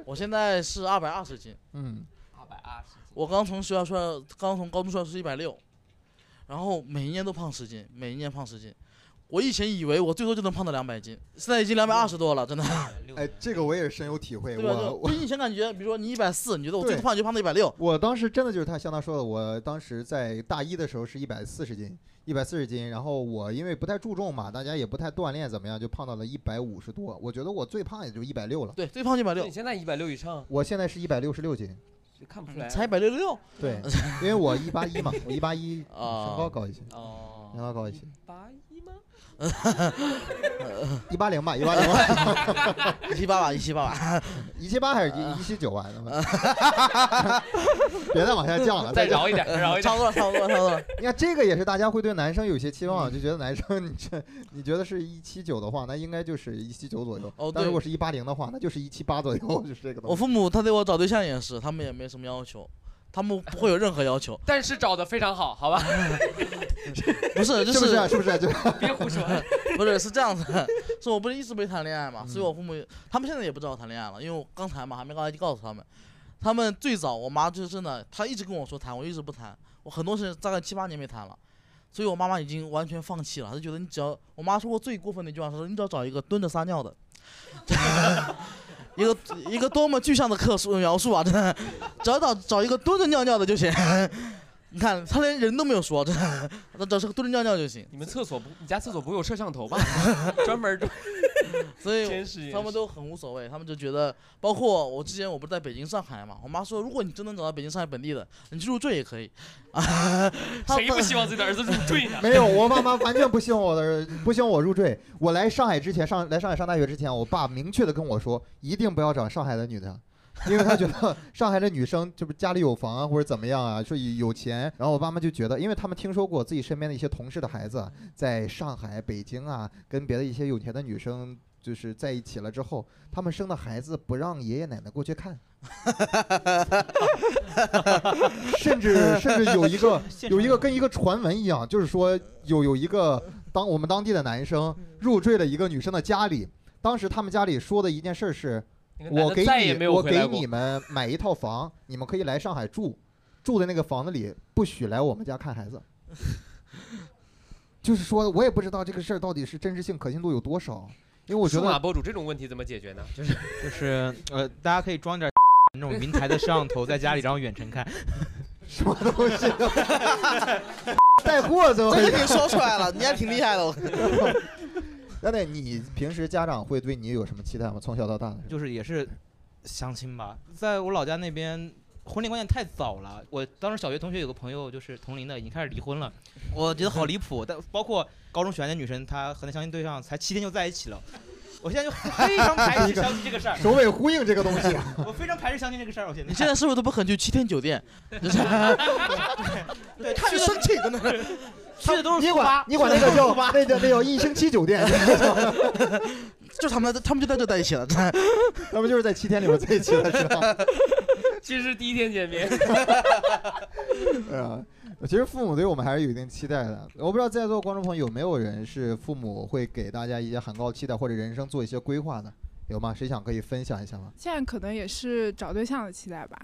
S5: 我现在是二百二十斤，
S6: 嗯，
S7: 二百二十斤，
S5: 我刚从学校出来，刚从高中出来是一百六，然后每一年都胖十斤，每一年胖十斤。我以前以为我最多就能胖到两百斤，现在已经两百二十多了，真的。
S6: 哎，这个我也深有体会。
S5: 对吧？啊
S6: 我
S5: 就
S6: 我
S5: 就以前感觉，比如说你一百四，你觉得我最
S6: 对
S5: 多胖就胖到一百六，
S6: 我当时真的就是他像他说的，我当时在大一的时候是一百四十斤，一百四十斤，然后我因为不太注重嘛，大家也不太锻炼，怎么样，就胖到了一百五十多。我觉得我最胖也就一百六了。
S5: 对，最胖就一百六
S1: 你，现在一百六以上
S6: 我现在是一百六十六斤，
S1: 看不出
S6: 嗯
S1: 来，
S5: 嗯才一百六六
S6: 对，因为我一八一嘛，我一八一，身
S5: 啊
S6: 高高一些，
S1: 哦
S6: 身，高高一些，
S1: 八一吗？
S6: 一八零
S5: [laughs]
S6: 吧，一八零吧。
S5: 一七八吧，一七
S1: [laughs]
S5: 八吧。
S6: 一七八还是一一七九啊？那么
S5: 啊
S6: [laughs] 别啊再往嗯下降了，
S1: 再
S6: 降。 [laughs]
S1: 饶一点，再饶一
S5: 差
S1: 点。
S5: 不多了，差不多了，差不 [laughs] 多了。
S6: 你看这个也是大家会对男生有些
S5: 嗯
S6: 期望，啊就觉得男生你这你觉得是一七九的话，那应该就是一七九左右。
S5: 哦
S6: 但
S5: 对哦
S6: 如果是一八零的话，那就是一七八左右，就是这个
S5: 我
S6: 东西。
S5: 父母他对我找对象也是，他们也没什么要求，他们不会有任何要求。
S1: 但是找的非常好，好吧，
S5: 不 [laughs] 是，就是
S6: 不是啊？是不是啊？就
S1: 别胡
S6: [laughs]
S1: 说。
S5: [laughs] 不是，是这样子，是我不是一直没谈恋爱嘛，所以我父母也他们现在也不知道我谈恋爱了，因为我刚谈嘛，还没刚才就告诉他们。他们最早，我妈就是真的，她一直跟我说谈，我一直不谈，我很多事大概七八年没谈了，所以我妈妈已经完全放弃了，她觉得你只要，我妈说过最过分的一句话，她说你只要找一个蹲着撒尿的。 [laughs] 一个一个多么具象的刻述描述啊！真的，只要找找一个蹲着尿尿的就行。 [laughs] 你看，她连人都没有说，真的，她只要是个蹲着尿尿就行。
S1: 你们厕所不，你家厕所不会有摄像头
S6: [laughs]
S1: 吧？专门儿
S5: 所
S6: 哎
S5: 以
S1: 监视
S5: 他们都很无所谓，他们就觉得，包括我之前我不是在北京、上海嘛，我妈说，如果你真能找到北京、上海本地的，你去入赘也可以。啊，
S1: 谁不希望自己的儿子入赘
S6: [laughs]
S1: 呢？
S6: 没有，我爸妈完全不希望我的， [laughs] 不希望我入赘。我来上海之前，上来上海上大学之前，我爸明确的跟我说，一定不要找上海的女的。因为他觉得上海的女生就是家里有房啊或者怎么样啊，说有有钱，然后我爸妈就觉得，因为他们听说过自己身边的一些同事的孩子啊在上海、北京啊，跟别的一些有钱的女生就是在一起了之后，他们生的孩子不让爷爷奶奶过去看， [laughs] 甚至甚至有一个有一个跟一个传闻一样，就是说有有一个当我们当地的男生入赘了一个女生的家里，当时他们家里说的一件事儿是。
S1: 那个男
S6: 我
S1: 的
S6: 给
S1: 再也
S6: 你，
S1: 没有
S6: 我
S1: 回来
S6: 给
S1: 过
S6: 你们买一套房，你们可以来上海住，住的那个房子里不许来我们家看孩子。就是说我也不知道这个事儿到底是真实性可信度有多少，因为我觉
S1: 数码
S6: 得
S1: 博主这种问题怎么解决呢？就是
S3: 就是呃，大家可以装点 [laughs] 那种云台的摄像头在家里，然后远程看。
S6: 什么东西
S1: [laughs]
S6: 带货怎么
S5: 这
S6: 回
S5: 个
S6: 事？
S5: 你说出来了，你还挺厉害的。我
S6: 那那你平时家长会对你有什么期待吗？从小到大的时候，，
S3: 就是也是相亲吧，在我老家那边婚恋观念太早了。我当时小学同学有个朋友就是同龄的，已经开始离婚了， [laughs] 我觉得好离谱。但包括高中喜欢的女生，她和她相亲对象才七天就在一起了。我现在就非常排斥相亲这个事儿
S6: 首尾呼应这个东西，
S3: 我非常排斥相亲这个事儿。我现
S5: [laughs]
S3: 在
S5: 你现在是不是都不肯去七天酒店？ [laughs] 就是
S3: 对
S5: 看
S3: 去
S5: 着
S3: 的
S5: 生气，真的。
S3: 去的都是
S6: 你
S3: 速八
S6: 管，你管那个叫那叫那叫一星期酒店，
S5: 就他们在，他们就在这在一起了。 [laughs]
S6: 他们就是在七天里面在一起的，是吧？ [laughs]
S1: 其实第一天见面，
S6: 对啊，其实父母对我们还是有一定期待的。我不知道在座观众朋友有没有人是父母会给大家一些很高期待，或者人生做一些规划的，有吗？谁想可以分享一下吗？
S8: 现在可能也是找对象的期待吧，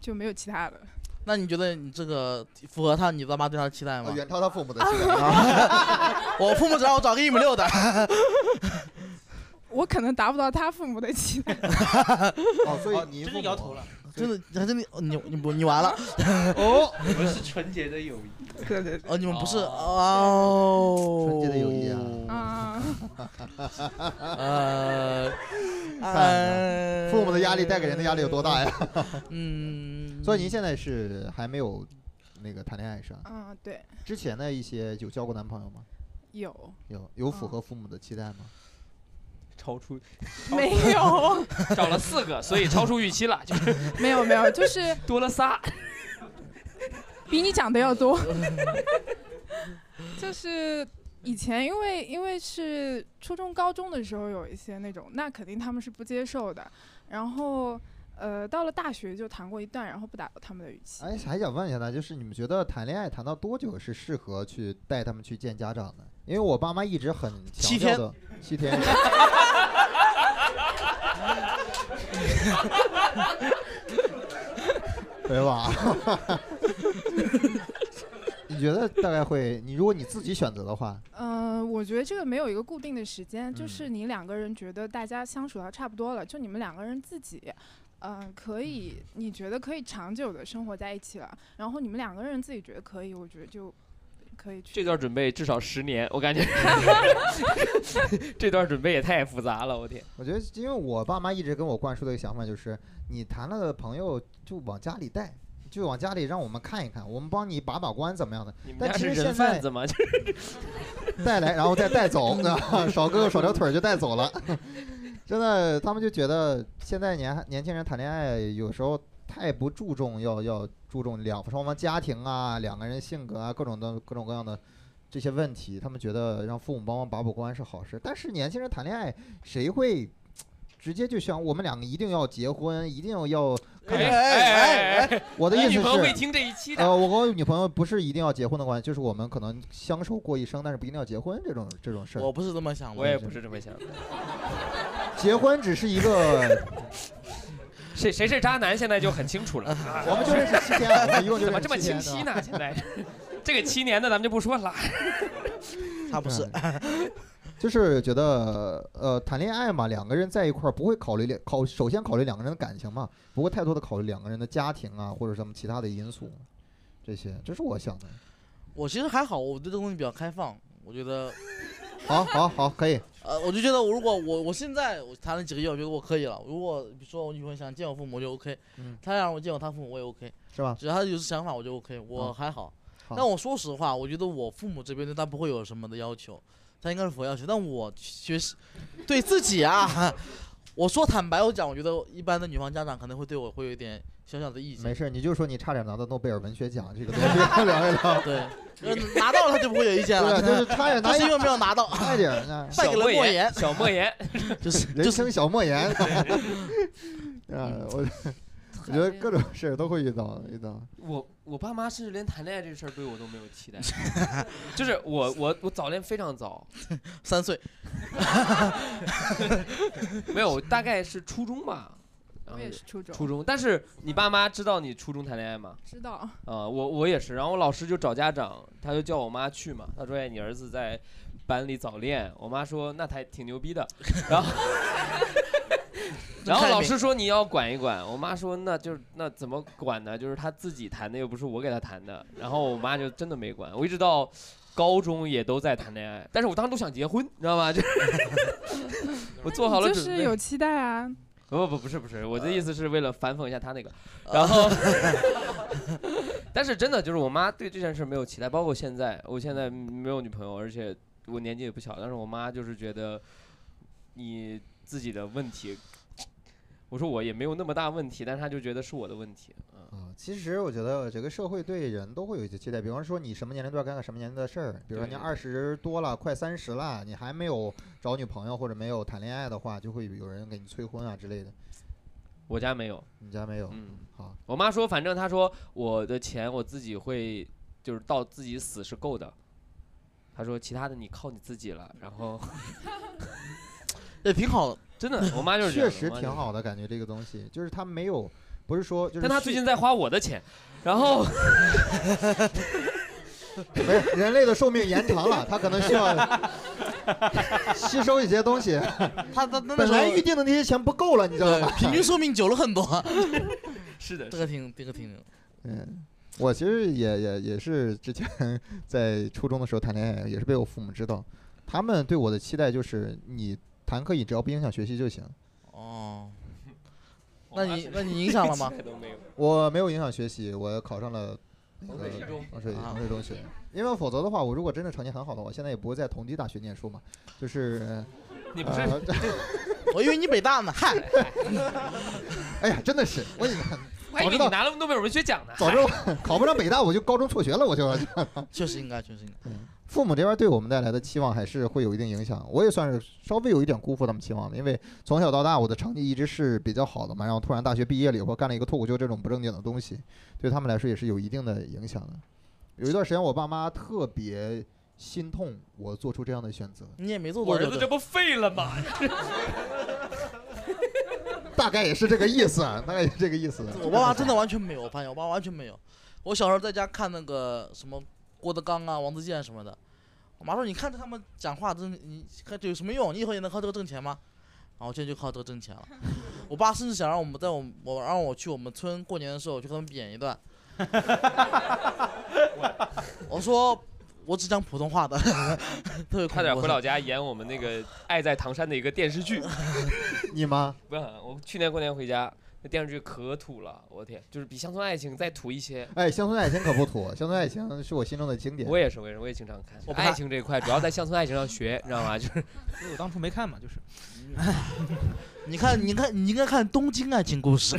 S8: 就没有其他的。
S5: 那你觉得你这个符合他你爸妈对他的期待吗？
S6: 呃远超他父母的期待啊！
S5: 我父母只让我找个一米六的，
S8: 我可能达不到他父母的期待，
S6: [laughs] 哦，所以
S3: 哦
S6: 你
S3: 真
S6: 父
S3: 的
S6: 母
S3: 摇头 [laughs] 了。
S5: 真的，还真的，哦你你不你完了
S6: 哦，
S7: 我们是纯洁的友谊。
S8: [laughs] 对对对，
S5: 哦，你们不是
S6: 对
S5: 哦，
S6: 纯洁的友谊
S5: 啊，
S8: 啊、
S5: 呃，
S6: 看
S5: 呃
S6: 父母的压力带给人的压力有多大？呀？
S5: 嗯，
S6: [laughs] 所以您现在是还没有那个谈恋爱是吧？
S8: 嗯，对，
S6: 之前的一些有交过男朋友吗？
S8: 有
S6: 有有符合父母的期待吗？
S1: 超出
S8: 没有
S1: [laughs] 找了四个，所以超出预期了，就是
S8: 没有没有，就是
S1: 多了仨。
S8: 比你讲的要多， [laughs] 就是。以前因为因为是初中高中的时候有一些那种，那肯定他们是不接受的。然后，呃，到了大学就谈过一段，然后不达到他们的预期。
S6: 哎，还想问一下呢，就是你们觉得谈恋爱谈到多久是适合去带他们去见家长的？因为我爸妈一直很强
S5: 七
S6: 调
S5: 天 [laughs]
S6: 的七天， [laughs] 对吧？啊 [laughs] 你觉得大概会？你如果你自己选择的话，
S8: 嗯，我觉得这个没有一个固定的时间，就
S6: 嗯
S8: 是你两个人觉得大家相处到差不多了，就你们两个人自己，嗯、可以，你觉得可以长久的生活在一起了，然后你们两个人自己觉得可以，我觉得就可以去。
S1: 这段准备至少十年，我 [laughs] 感觉这段准备也太复杂了，我天！
S6: 我觉得，因为我爸妈一直跟我灌输的一个想法就是，你谈了的朋友就往家里带，就往家里让我们看一看，我们帮你把把关，怎么样的？
S1: 你们
S6: 但
S1: 家
S6: 其
S1: 是
S6: 实
S1: 人
S6: 现
S1: 贩
S6: 在
S1: 子吗？ [laughs]
S6: 带来，然后再带走， [laughs] 啊少胳膊少条腿儿就带走了。 [laughs] 真的，他们就觉得现在年年轻人谈恋爱有时候太不注重要要注重两双方家庭啊、两个人性格啊各种的各种各样的这些问题，他们觉得让父母帮忙把把关是好事。但是年轻人谈恋爱，谁会直接就想我们两个一定要结婚，一定要要？
S5: 哎哎哎，
S1: 哎！
S6: 我的
S1: 你
S6: 意
S1: 女
S6: 思
S1: 朋友会
S6: 是。
S1: 听这一期的。
S6: 呃，我和我女朋友不是一定要结婚的关系，就是我们可能相守过一生，但是不一定要结婚这种这种事儿。
S5: 我不是这么想
S1: 我
S5: 的，
S1: 也不是这么想的。
S6: 结婚只是一个，
S1: 谁谁是渣男，现在就很清楚了。啊
S6: 我们就认识七天，我们一共就
S1: 怎么
S6: 认识
S1: 这么
S6: 七天啊
S1: 清晰
S6: 对吧
S1: 呢？现在 [laughs] 这个七年的咱们就不说 [laughs] 了。
S5: 他不是，
S6: 嗯就是觉得呃，谈恋爱嘛，两个人在一块儿不会考虑两考，首先考虑两个人的感情嘛，不会太多的考虑两个人的家庭啊或者什么其他的因素，这些这是我想的。
S5: 我其实还好，我对这个东西比较开放，我觉得
S6: 好，好，好，可以。
S5: 呃，我就觉得我如果我我现在我谈了几个月，我觉得我可以了。如果比如说我女朋友想见我父母，我就 OK；
S6: 嗯
S5: 她让我见我她父母，我也 OK。
S6: 是吧？
S5: 只要她有想法，我就 OK，我
S6: 嗯
S5: 还好。
S6: 好
S5: 但我说实话，我觉得我父母这边对她不会有什么的要求，她应该是符合要求。但我学习对自己啊， [laughs] 我说坦白，我讲，我觉得一般的女方家长可能会对我会有一点小小的意见。
S6: 没事，你就说你差点拿到诺贝尔文学奖这个东西，聊一聊。
S5: 对，呃拿到了他就不会有意见了，
S6: 对就是差点
S5: [laughs]
S6: 拿
S5: 就是因为没有
S6: [laughs]
S5: 拿到，
S6: 快点儿呢，
S5: 败给了莫言。
S1: 小莫言，
S5: 就是
S6: 人生小莫言。 [laughs] 啊，我我觉得各种事儿都会遇到遇到。
S1: [laughs] 我我爸妈甚至连谈恋爱这事儿对我都没有期待， [laughs] 就是我我我早恋非常早，
S5: 三岁，
S1: 没有大概是初中吧，然
S8: 我
S1: 后
S8: 也是初中，
S1: 初中，但是你爸妈知道你初中谈恋爱吗？
S8: 知道
S1: 啊、我我也是，然后我老师就找家长，他就叫我妈去嘛，他说哎你儿子在班里早恋，我妈说那他挺牛逼
S8: [laughs]
S1: 的，然后然后老师说你要管一管，我妈说那就是那怎么管呢？就是他自己谈的，又不是我给他谈的，然后我妈就真的没管，我一直到。高中也都在谈恋爱，但是我当时都想结婚，你知道吗？就是 [laughs] 我做好了
S8: 就
S1: 准备，
S8: 是有期待啊。
S1: 不不不是不是，我的意思是为了反讽一下他那个，然后， [laughs] 但是真的就是我妈对这件事没有期待，包括现在，我现在没有女朋友，而且我年纪也不小，但是我妈就是觉得你自己的问题，我说我也没有那么大问题，但是她就觉得是我的问题，嗯，
S6: 啊，其实我觉得这个社会对人都会有一些期待，比方说你什么年龄段干个什么年龄的事儿，比如说你
S1: 对
S6: 二十多了，快三十了，你还没有找女朋友或者没有谈恋爱的话，就会有人给你催婚啊之类的。
S1: 我家没有，
S6: 你家没有？
S1: 嗯，
S6: 好，
S1: 我妈说，反正她说我的钱我自己会，就是到自己死是够的，她说其他的你靠你自己了，然后
S5: 也挺好的。
S1: 真的，我妈就是这样
S6: 确
S1: 的
S6: 实
S1: 我妈就
S6: 挺
S1: 是
S6: 好的，感觉这个东西就是他没有，不是说就是
S1: 但他最
S6: 蓄
S1: 近在花我的钱，然后
S6: 没有人类的寿命延长了，他可能
S1: [laughs]
S6: 需要吸收一些东西，
S5: 他他那
S6: 本
S5: 时
S6: 来
S5: 候
S6: 预定的那些钱不够了，你知道吗？
S5: 对平均寿命久了很多，
S1: 是的
S5: 这，个挺这个挺
S6: 嗯，我其实也也也是之前 [laughs] 在初中的时候谈恋爱，也是被我父母知道，他们对我的期待就是你谈可以，只要不影响学习就行。
S5: 哦。那你那你影响了吗？
S1: 都没有，
S6: 我没有影响学习，我考上了那个
S1: 衡水一中
S6: 衡水
S5: 啊
S6: 衡水中学，因为否则的话，我如果真的成绩很好的话，我现在也不会在同济大学念书嘛，就是
S1: 你不是
S6: 呃，
S5: 我以为你北大呢，嗨，
S6: [laughs] 哎呀，真的是我以为
S1: 我还以为哎你拿了诺贝尔文学奖呢。
S6: 早知道 [laughs] 考不上北大，我就高中辍学了，我就。
S5: 确实应该，确实应该。
S6: 父母这边对我们带来的期望还是会有一定影响。我也算是稍微有一点辜负他们期望的，因为从小到大我的成绩一直是比较好的嘛，然后突然大学毕业了以后干了一个脱口秀这种不正经的东西，对他们来说也是有一定的影响的。有一段时间，我爸妈特别心痛我做出这样的选择，
S5: 你也没做
S1: 我儿
S5: 多久
S1: 子
S5: 对
S1: 这不废了吗？
S6: 大概也是这个意思，啊大概也是这个意思。
S5: 我爸妈真的完全没有，我发现我爸完全没有。我小时候在家看那个什么郭德纲啊、王自健什么的，我妈说：“你看着他们讲话，真你看这有什么用？你以后也能靠这个挣钱吗？”然后我现在就靠这个挣钱了。 [laughs] 我爸甚至想让我们在我们我让我去我们村过年的时候去跟他们演一段。我说我只讲普通话的， [laughs] 特别恐怖
S1: 快点回老家演我们那个《爱在唐山》的一个电视剧。
S6: [laughs] 你妈
S1: 不要，我去年过年回家，那电视剧可土了，我天，就是比《乡村爱情》再土一些。
S6: 哎，乡村爱情可不土，乡村爱情是我心中的经典
S1: 我。也是，我也是，我也经常看
S5: 我。不看
S1: 爱情这一块主要在乡村爱情上学，你知道吗？就是
S3: 因为我当初没看嘛，就是
S5: 你看，你看，你应该看《东京爱情故事》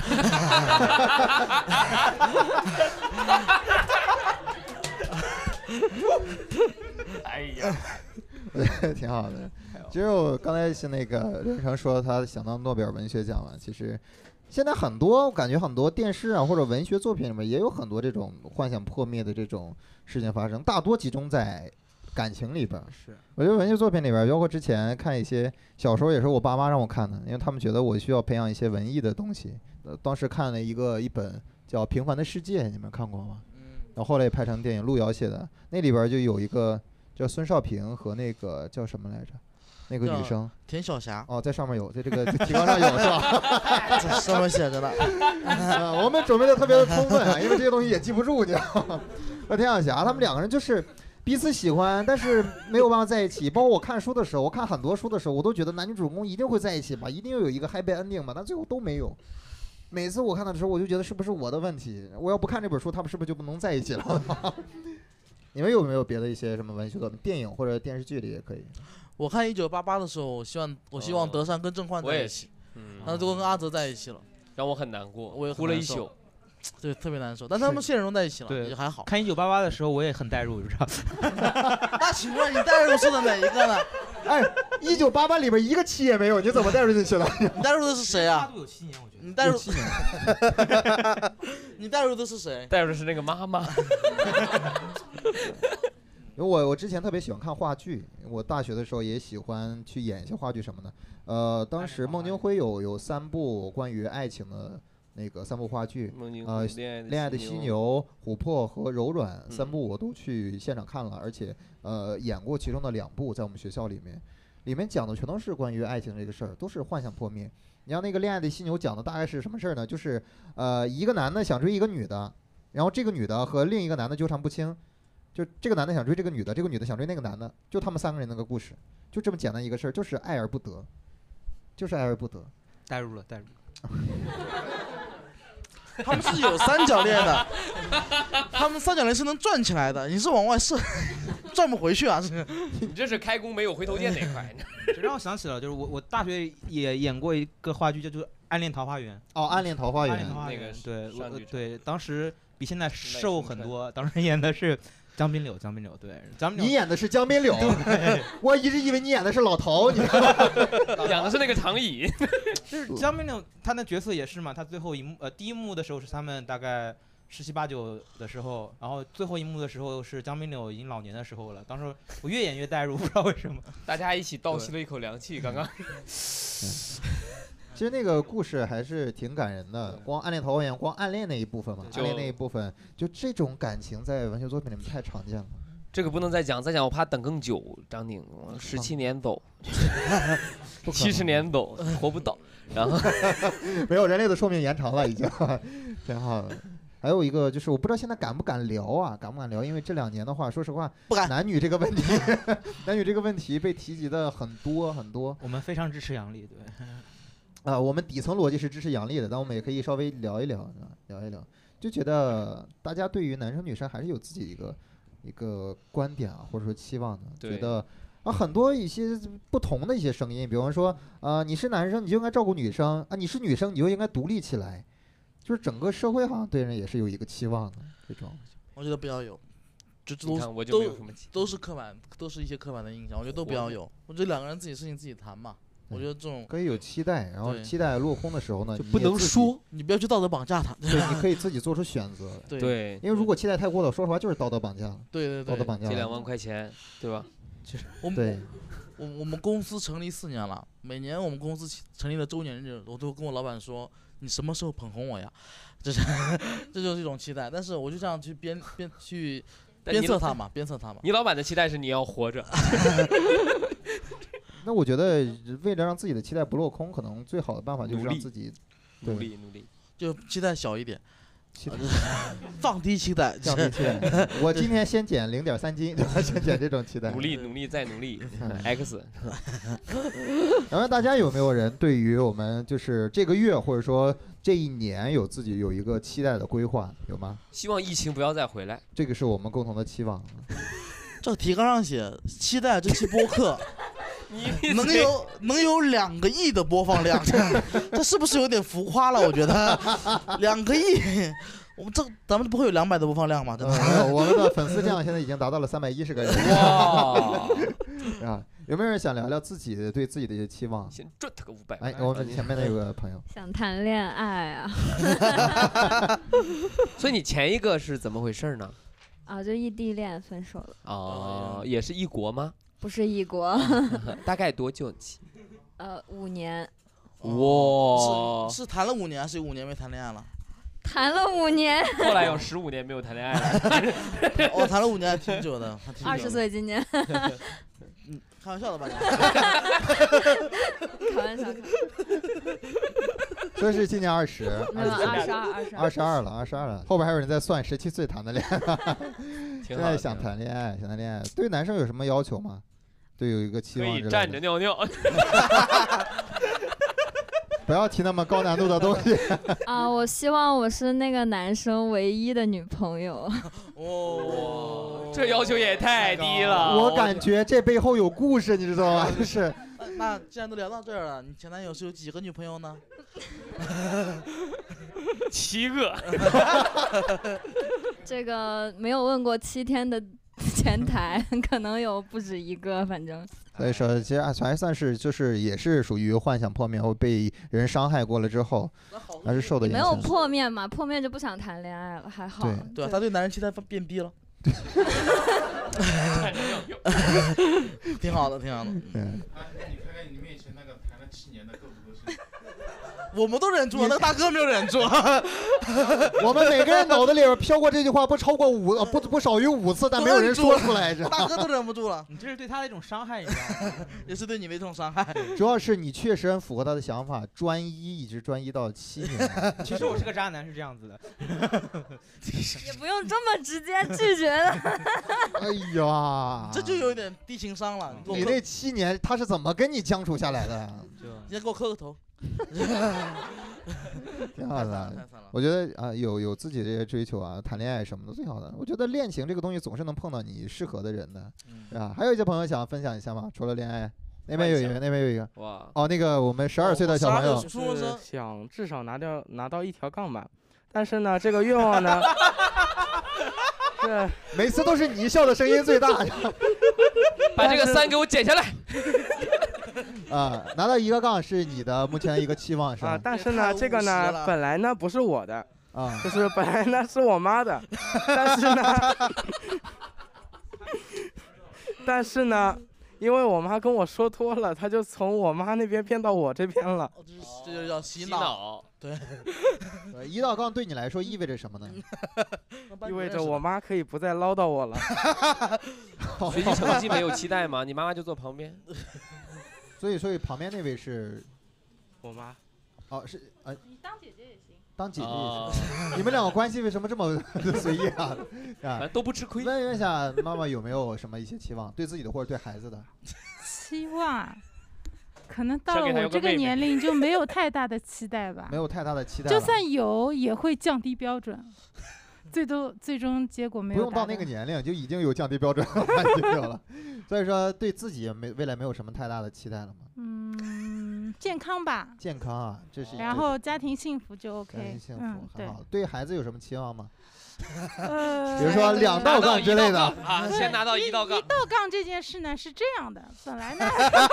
S6: 对， [laughs] 挺好的。其实我刚才是那个任成说他想到诺贝尔文学奖了，其实现在很多我感觉很多电视啊或者文学作品里面也有很多这种幻想破灭的这种事情发生，大多集中在。感情里边儿，
S3: 是
S6: 我觉得文学作品里边儿，包括之前看一些小时候也是我爸妈让我看的，因为他们觉得我需要培养一些文艺的东西。呃，当时看了一个一本叫《平凡的世界》，你们看过吗？然后后来也拍成电影，路遥写的，那里边儿就有一个叫孙少平和那个叫什么来着，那个女
S5: 叫
S6: 生，
S5: 田晓霞
S6: [laughs] 哦，在上面有，在这个提纲上有是吧？
S5: 这上面写着呢。
S6: [laughs] 啊，我们准备的特别的充分 [laughs] 啊，因为这些东西也记不住，你知道吗？和田晓霞他们两个人就是。彼此喜欢，但是没有办法在一起。包括我看书的时候，我看很多书的时候，我都觉得男女主人公一定会在一起吧，一定要有一个 happy ending 吧，但最后都没有。每次我看的时候，我就觉得是不是我的问题？我要不看这本书，他们是不是就不能在一起 [laughs] 了？你们有没有别的一些什么文学作品、电影或者电视剧里也可以？
S5: 我看《一九八八》的时候，我希望我希望
S1: 哦
S5: 德善跟郑焕
S1: 我
S5: 在
S1: 也
S5: 一起，
S1: 嗯
S5: 然后最后跟阿泽在一起了，
S1: 让我很难过，
S5: 我也很
S1: 哭了一
S5: 难受
S1: 宿。
S5: 对，特别难受。但他们现实中在一起了，
S3: 对
S5: 也还好。
S3: 看一九八八的时候，我也很代入，你知道吗？
S5: 那请问你带入是的哪一个呢？
S6: 哎，一九八八里边一个七也没有，你怎么带入进去的？
S5: 你带入的是谁
S3: 八
S5: 啊？
S3: 度有七年，我觉得
S5: 你带入
S3: 有七年，
S5: [laughs] 你带入的是谁？
S1: 带入的是那个妈妈，
S6: 因为我我之前特别喜欢看话剧，我大学的时候也喜欢去演一些话剧什么的。呃，当时孟京辉有有三部关于爱情的那个三部话剧，
S1: 梦境
S6: 呃
S1: 恋
S6: 《恋爱的犀
S1: 牛，
S6: 牛》《琥珀》和《柔软》三
S1: 嗯
S6: 部我都去现场看了，而且呃演过其中的两部，在我们学校里面，里面讲的全都是关于爱情这个事儿，都是幻想破灭。你像那个《恋爱的犀牛》讲的大概是什么事儿呢？就是呃一个男的想追一个女的，然后这个女的和另一个男的纠缠不清，就这个男的想追这个女的，这个女的想追那个男的，就他们三个人那个故事，就这么简单一个事儿，就是爱而不得，就是爱而不得。
S3: 代入了，代入了。
S5: 他们是有三角恋的，他们三角恋是能转起来的，你是往外射，转不回去啊！是 [laughs]
S1: 你这是开弓没有回头箭那块。
S3: 这让我想起了，就是我我大学也演过一个话剧，叫做《暗恋桃花源》。
S6: 哦，《暗恋桃花
S3: 暗
S6: 源
S3: 恋桃》花
S1: 那个
S3: 源
S1: 是，
S3: 对我
S1: 上
S3: 呃
S1: 剧场
S3: 对，当时比现在瘦很多。当时演的是江滨柳，江滨柳，对，江滨
S6: 你
S3: 柳。
S6: 演的是江滨柳， [laughs] 我一直以为你演的是老头，你
S1: [laughs] 养的是那个长椅，
S3: 就是江滨柳，他那角色也是嘛，他最后一幕呃第一幕的时候是他们大概十七八九的时候，然后最后一幕的时候是江滨柳已经老年的时候了。当时我越演越代入，不知 [laughs] 道为什么。
S1: [laughs] 大家一起倒吸了一口凉气。刚刚
S6: [laughs] 其实那个故事还是挺感人的，
S3: 对
S6: 光暗恋桃花源，光暗恋那一部分嘛，
S3: 对
S6: 暗恋
S1: 就
S6: 那一部分，就这种感情在文学作品里面太常见了。
S1: 这个不能再讲，再讲我怕等更久。张宁，十七年走，
S6: 不可
S1: [laughs]
S6: 能
S1: 七十年 [laughs] 走，活不倒。然后
S6: 没有人类的寿命延长了，已经， [laughs] 挺好的。还有一个就是，我不知道现在敢不敢聊啊，敢不敢聊？因为这两年的话，说实话，
S5: 不敢
S6: 男女这个问题， [laughs] 男女这个问题被提及的很多很多。
S3: 我们非常支持杨笠，对，
S6: 啊、我们底层逻辑是支持杨笠的，但我们也可以稍微聊一聊，啊聊一聊，就觉得大家对于男生女生还是有自己一个一个观点啊，或者说期望的，觉
S1: 对
S6: 得啊很多一些不同的一些声音，比方说，呃，你是男生你就应该照顾女生啊，你是女生你就应该独立起来，就是整个社会好像对人也是有一个期望的这种。
S5: 我觉得不要有，就这
S1: 你
S5: 都
S1: 看我就没有
S5: 都
S1: 什么期
S5: 都是刻板，都是一些刻板的印象，我觉得都不要有。我觉得两个人自己事情自己谈嘛。我觉得这种
S6: 可以有期待，然后
S5: 对
S6: 期待落空的时候呢，
S1: 就
S6: 你
S1: 不
S6: 也
S1: 能
S6: 自己，
S1: 说。
S5: 你不要去道德绑架他。
S6: 对，你可以自己做出选择，
S5: 对对
S1: 对，
S6: 因为如果期待太过了，说实话就是道德绑架了，
S5: 对
S6: 道
S5: 对
S6: 德
S5: 对，
S6: 绑架
S1: 这
S6: 了。
S1: 两万块钱，对吧？
S5: 我
S6: 对
S5: 们，我我们公司成立四年了，每年我们公司起成立的周年日，我都跟我老板说，你什么时候捧红我呀？ [laughs] 这是这就是一种期待，但是我就这样去鞭鞭去
S1: 但
S5: 鞭
S1: 你
S5: 策
S1: 老
S5: 他嘛，鞭策他嘛。
S1: 你老板的期待是你要活 [laughs] 着，
S6: 那我觉得，为了让自己的期待不落空，可能最好的办法就是
S1: 努
S6: 让
S1: 力
S6: 自己对
S1: 努力努力。
S5: 就期待小一点，
S6: 期
S5: 啊就是放低期待，
S6: 降低
S1: [laughs]
S6: 期待。我今天先减零点三斤， [laughs] 先减这种期待
S1: 努。力努力再努力 [laughs] ，X
S6: 然后大家有没有人对于我们就是这个月或者说这一年有自己有一个期待的规划，有吗？
S1: 希望疫情不要再回来。
S6: 这个是我们共同的
S1: [laughs]
S6: 期望。
S5: 这个提纲上写期待这期播客
S1: [laughs] 你
S5: 能有能有两个亿的播放量， [laughs] 这是不是有点浮夸了？我觉得两个亿，我们这咱们不会有两百的播放量吗？
S1: 嗯
S5: 真的。
S6: 呃，我们的粉丝量现在已经达到了三百一十个人
S1: [laughs] 哇，
S6: 啊！有没有人想聊聊自己对自己的一些
S1: [laughs]
S6: 期
S1: [laughs]
S6: 望？
S1: 先赚他个五百
S6: 哎
S1: 万，。
S6: 我们前面那有个朋友，
S9: 想谈恋爱啊
S1: 所以你前一个是怎么回事呢？
S9: 啊，就异地恋分手了，
S1: 哦，也是异国吗？
S9: 不是异国，
S1: 大概多久期？
S9: 呃，五年
S1: 哇
S5: 哦是是谈了五年还是五年没谈恋爱了？
S9: 谈了五年，
S1: [laughs] 后来有十五年没有谈恋爱了，
S5: 我、哦谈了五年还挺久的，还挺久的
S9: 二十，岁今年，
S5: 嗯，开玩笑的吧你？
S9: 开玩笑，
S6: 说是今年二十，
S9: 没有二十二，二十
S6: 二
S9: 二，
S6: 啊十二了，二十二了，后边还有人在算十七岁谈的恋爱。
S1: 挺
S6: 现
S1: 好
S6: 在
S1: 的。
S6: [laughs] 想谈恋爱，想谈恋爱，对男生有什么要求吗？对，有一个期
S1: 可
S6: 望
S1: 以
S6: 之类
S1: 站着
S6: 的，
S1: 尿尿，
S6: 不要提那么高难度的东
S1: [laughs]
S6: 西。
S9: 啊，我希望我是那个男生唯一的女朋友，
S5: 哦，
S1: [laughs] 这要求也太低了。
S6: 我感觉这背后有故事，你知道吗？就是
S1: [laughs]
S5: 哎，那既然都聊到这儿了，你前男友是有几个女朋友呢？
S1: 七个。
S9: 这个没有问过七天的前台， [laughs] 可能有不止一个，反正
S6: 所以说，其实啊还还算是就是也是属于幻想破灭后被人伤害过了之后，还是受的
S9: 也
S6: 影
S9: 没有
S6: 响。
S9: 破灭嘛，破灭就不想谈恋爱了，还好。
S6: 对
S5: 对啊，他对男人期待变
S6: [laughs]
S5: 低了。挺好的，挺好的。
S6: 嗯，
S10: 哎你看看你面前那个谈了七年的够不够深？
S5: 我们都忍住了，那个大哥没有忍住。啊
S6: [laughs] 我们每个人脑子里边飘过这句话不超过五呃不不少于五次，但没有人说出来
S5: [laughs]
S6: 着。
S5: 大哥都忍不住了，
S3: 你这是对他的一种伤害，你知道吗？ [laughs]
S5: 也是对你的一种伤害。
S6: 主要是你确实很符合他的想法，专一一直专一到七年。
S3: 其实我是个渣男，是这样子的。
S9: 也不用这么直接拒绝了。
S6: 哎呀，
S5: 这就有一点低情商了。
S6: 啊你那七年他是怎么跟你相处下来的呀？
S5: 你先给我磕个头。
S6: 挺
S5: 太
S6: 好的
S5: 惨了太惨了，
S6: 我觉得啊、有有自己这些追求啊，谈恋爱什么的最好的。我觉得恋情这个东西总是能碰到你适合的人的，
S5: 嗯
S6: 是吧？还有一些朋友想分享一下吗？除了恋爱，那边有一个，那边有一个，
S1: 哇，
S6: 哦，那个我们十二岁的小朋友，
S2: 就是想至少拿掉拿到一条杠吧，但是呢，这个愿望
S5: [laughs]
S2: 呢，这
S6: 每次都是你笑的声音最大
S1: [laughs]
S5: [laughs]
S1: 把这个三给我剪下来。
S6: 啊！拿到一个杠是你的目前一个期望是
S2: 啊
S6: 吧，？
S2: 但是
S5: 这太
S2: 呢，
S5: 务
S2: 这个
S5: 实
S2: 呢，
S5: 了
S2: 本来呢不是我的，
S6: 啊，
S2: 就是本来呢是我妈的，但是呢， [laughs] 但是呢，因为我妈跟我说多了，她就从我妈那边变到我这边了。
S5: 哦这是这就叫洗
S1: 洗
S5: 脑，
S1: 脑，
S6: 呃一道杠对你来说意味着什么呢？
S2: 意味着我妈可以不再唠叨我
S5: [laughs]
S2: 了。
S1: [laughs] 学习成绩没有期待吗？你妈妈就坐旁边。
S6: 所以，所以旁边那位是
S2: 我
S5: [laughs]
S2: 妈，
S6: 哦，是呃，
S4: 你当姐姐也行。
S6: 当姐姐也
S1: 哦
S6: 是， [laughs] 你们两个关系为什么这么 [laughs] 随意
S4: [laughs]
S6: 啊？
S1: 反
S6: 啊
S1: 正，都不吃亏。
S6: 问一下妈妈有没有什么一些期望，对自己的或者对孩子的？
S4: 啊期望啊，可能到
S1: 想
S4: 了
S1: 给她
S4: 我
S1: 有
S4: 这个
S1: 个妹妹
S4: 年龄就没有太大的期待吧
S6: [laughs] 没，有太大的期待了，
S4: 就算有也会降低标
S6: [laughs]
S4: 准，最多最终结果没
S6: 不
S4: 有
S6: 用
S4: 达
S6: 到
S4: 到。
S6: 那个年龄就已经有降低标准了，已经有
S4: [laughs]
S6: 了。所以说对自己没未来没有什么太大的期待了嘛。
S4: 嗯，健康吧，
S6: 健康啊，这是一
S4: 然
S6: 个
S4: 后家庭幸福就
S6: 感觉
S4: OK。
S6: 幸
S4: 嗯
S6: 福，
S4: 对
S6: 很，好。对孩子有什么期望吗？
S4: 呃，
S6: 比如说两道杠之类的。
S1: 啊，先拿到一道杠
S4: 一。道杠这件事呢是这样的，本来呢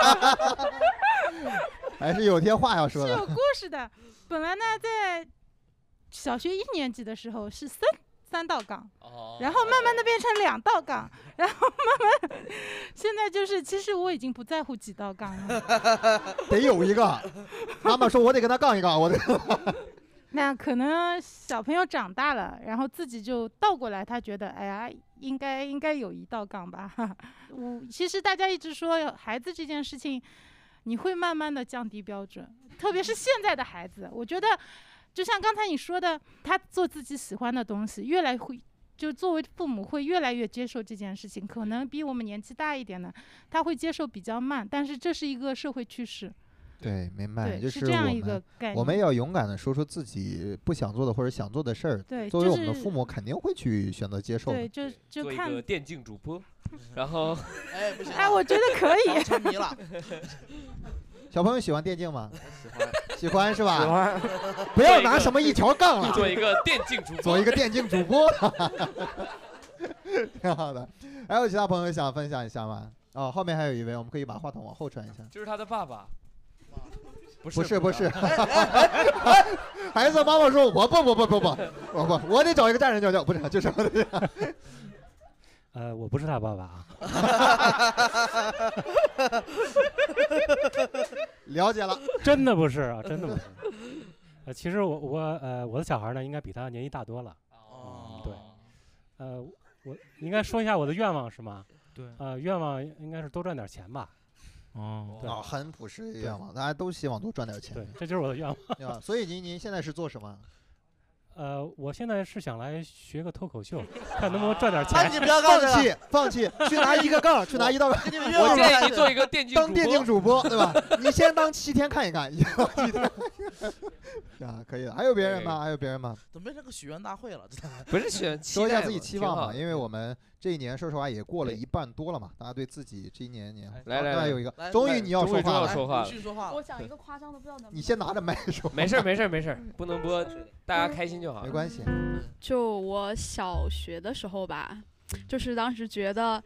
S6: [laughs] 还是有些话要说
S4: 是有
S6: 的。
S4: 故事的，本来呢在小学一年级的时候是三三道杠，
S3: 哦
S4: 然后慢慢的变成两道杠，然后慢慢现在就是其实我已经不在乎几道杠了，
S6: 得有一个，
S4: [laughs]
S6: 妈妈说我得跟他杠一杠，我得。
S4: 那可能小朋友长大了，然后自己就倒过来，他觉得哎呀，应该应该有一道杠吧。 [laughs] 我其实大家一直说孩子这件事情，你会慢慢的降低标准，特别是现在的孩子，我觉得就像刚才你说的，他做自己喜欢的东西，越来会。就作为父母会越来越接受这件事情，可能比我们年纪大一点的，他会接受比较慢，但是这是一个社会趋势，
S6: 对，明白，
S4: 对，
S6: 哎就是
S4: 这
S6: 我
S4: 样一
S6: 们
S4: 个概念。
S6: 我们要勇敢的说出自己不想做的或者想做的事儿。
S4: 对，
S6: 作为
S4: 哎就
S6: 我们的
S4: 是
S6: 父母，肯定会去选择接受
S4: 对，
S6: 的。
S4: 就就
S1: 做一
S4: 看
S1: 个电竞主
S9: [laughs]
S1: 播，然后
S5: 哎，不行了，
S4: 哎，我觉得可以。
S5: 沉迷了。
S6: 小朋友喜欢电竞吗？
S2: 喜欢，
S6: 喜欢
S2: 喜
S6: 是吧？
S2: 欢。
S6: 不要拿什么一条杠了，
S1: 做一个电竞主播，
S6: 做一个电竞主播， [laughs] 挺好的。还有其他朋友想分享一下吗？哦，后面还有一位，我们可以把话筒往后传一下。
S1: 就是他的爸
S6: [laughs]
S1: 爸。不
S6: 不是不是
S1: 是，，
S6: [laughs] 孩子妈妈说：“我不不不不不我不，我得找一个站人教教，不是就是我得
S11: 呃，我不是他爸爸啊。
S6: [laughs] 了解了。
S11: 真的不是啊，真的不是。呃，其实我我呃我的小孩呢，应该比他年纪大多了。
S5: 哦，
S11: 对呃，我应该说一下我的愿望是吗？
S3: 对
S11: 呃，愿望应该是多赚点钱吧。
S3: 哦，
S11: 对
S6: 啊，很朴实的愿望，大家都希望多赚点钱
S11: 对，，这就是我的愿望。
S6: 对吧？所以您您现在是做什么？
S11: 呃，我现在是想来学个脱口秀，看能不能赚点
S6: 那
S11: 钱。
S6: 你不要干这
S1: [laughs]
S6: 个放弃放弃去拿一个杠去拿一道杠
S1: 我建议你做一个电竞
S6: 当
S1: 主
S6: 电
S1: 播
S6: 竞
S1: [laughs]
S6: 主播，对吧？你先当七天看一看，以后七天 [laughs] 啊，可以的。还有别人吗？还有别人吗？
S5: 怎么变成个许愿大会了？真的
S1: 不是许愿期
S6: 说一下
S1: 待
S6: 自己
S1: 嘛
S6: 期
S1: 挺
S6: 望
S1: 好
S6: 嘛，
S1: 的
S6: 因为我们这一年说实话也过了一半多了嘛，大家对自己这一年年
S3: 哎
S1: 来来
S6: 刚才
S1: 来
S6: 有一个
S1: 来，
S6: 终
S1: 来
S6: 于你要
S1: 终
S6: 说
S1: 于
S6: 话
S1: 要
S6: 了，
S1: 说
S5: 哎
S1: 话了
S5: 我
S12: 想一个夸张的，不知道能不
S6: 你先拿着麦说，
S1: 没事啊儿没事儿没事儿，不能播，大家开心就好，
S6: 没关系。
S12: 就我小学的时候吧，就是当时觉得，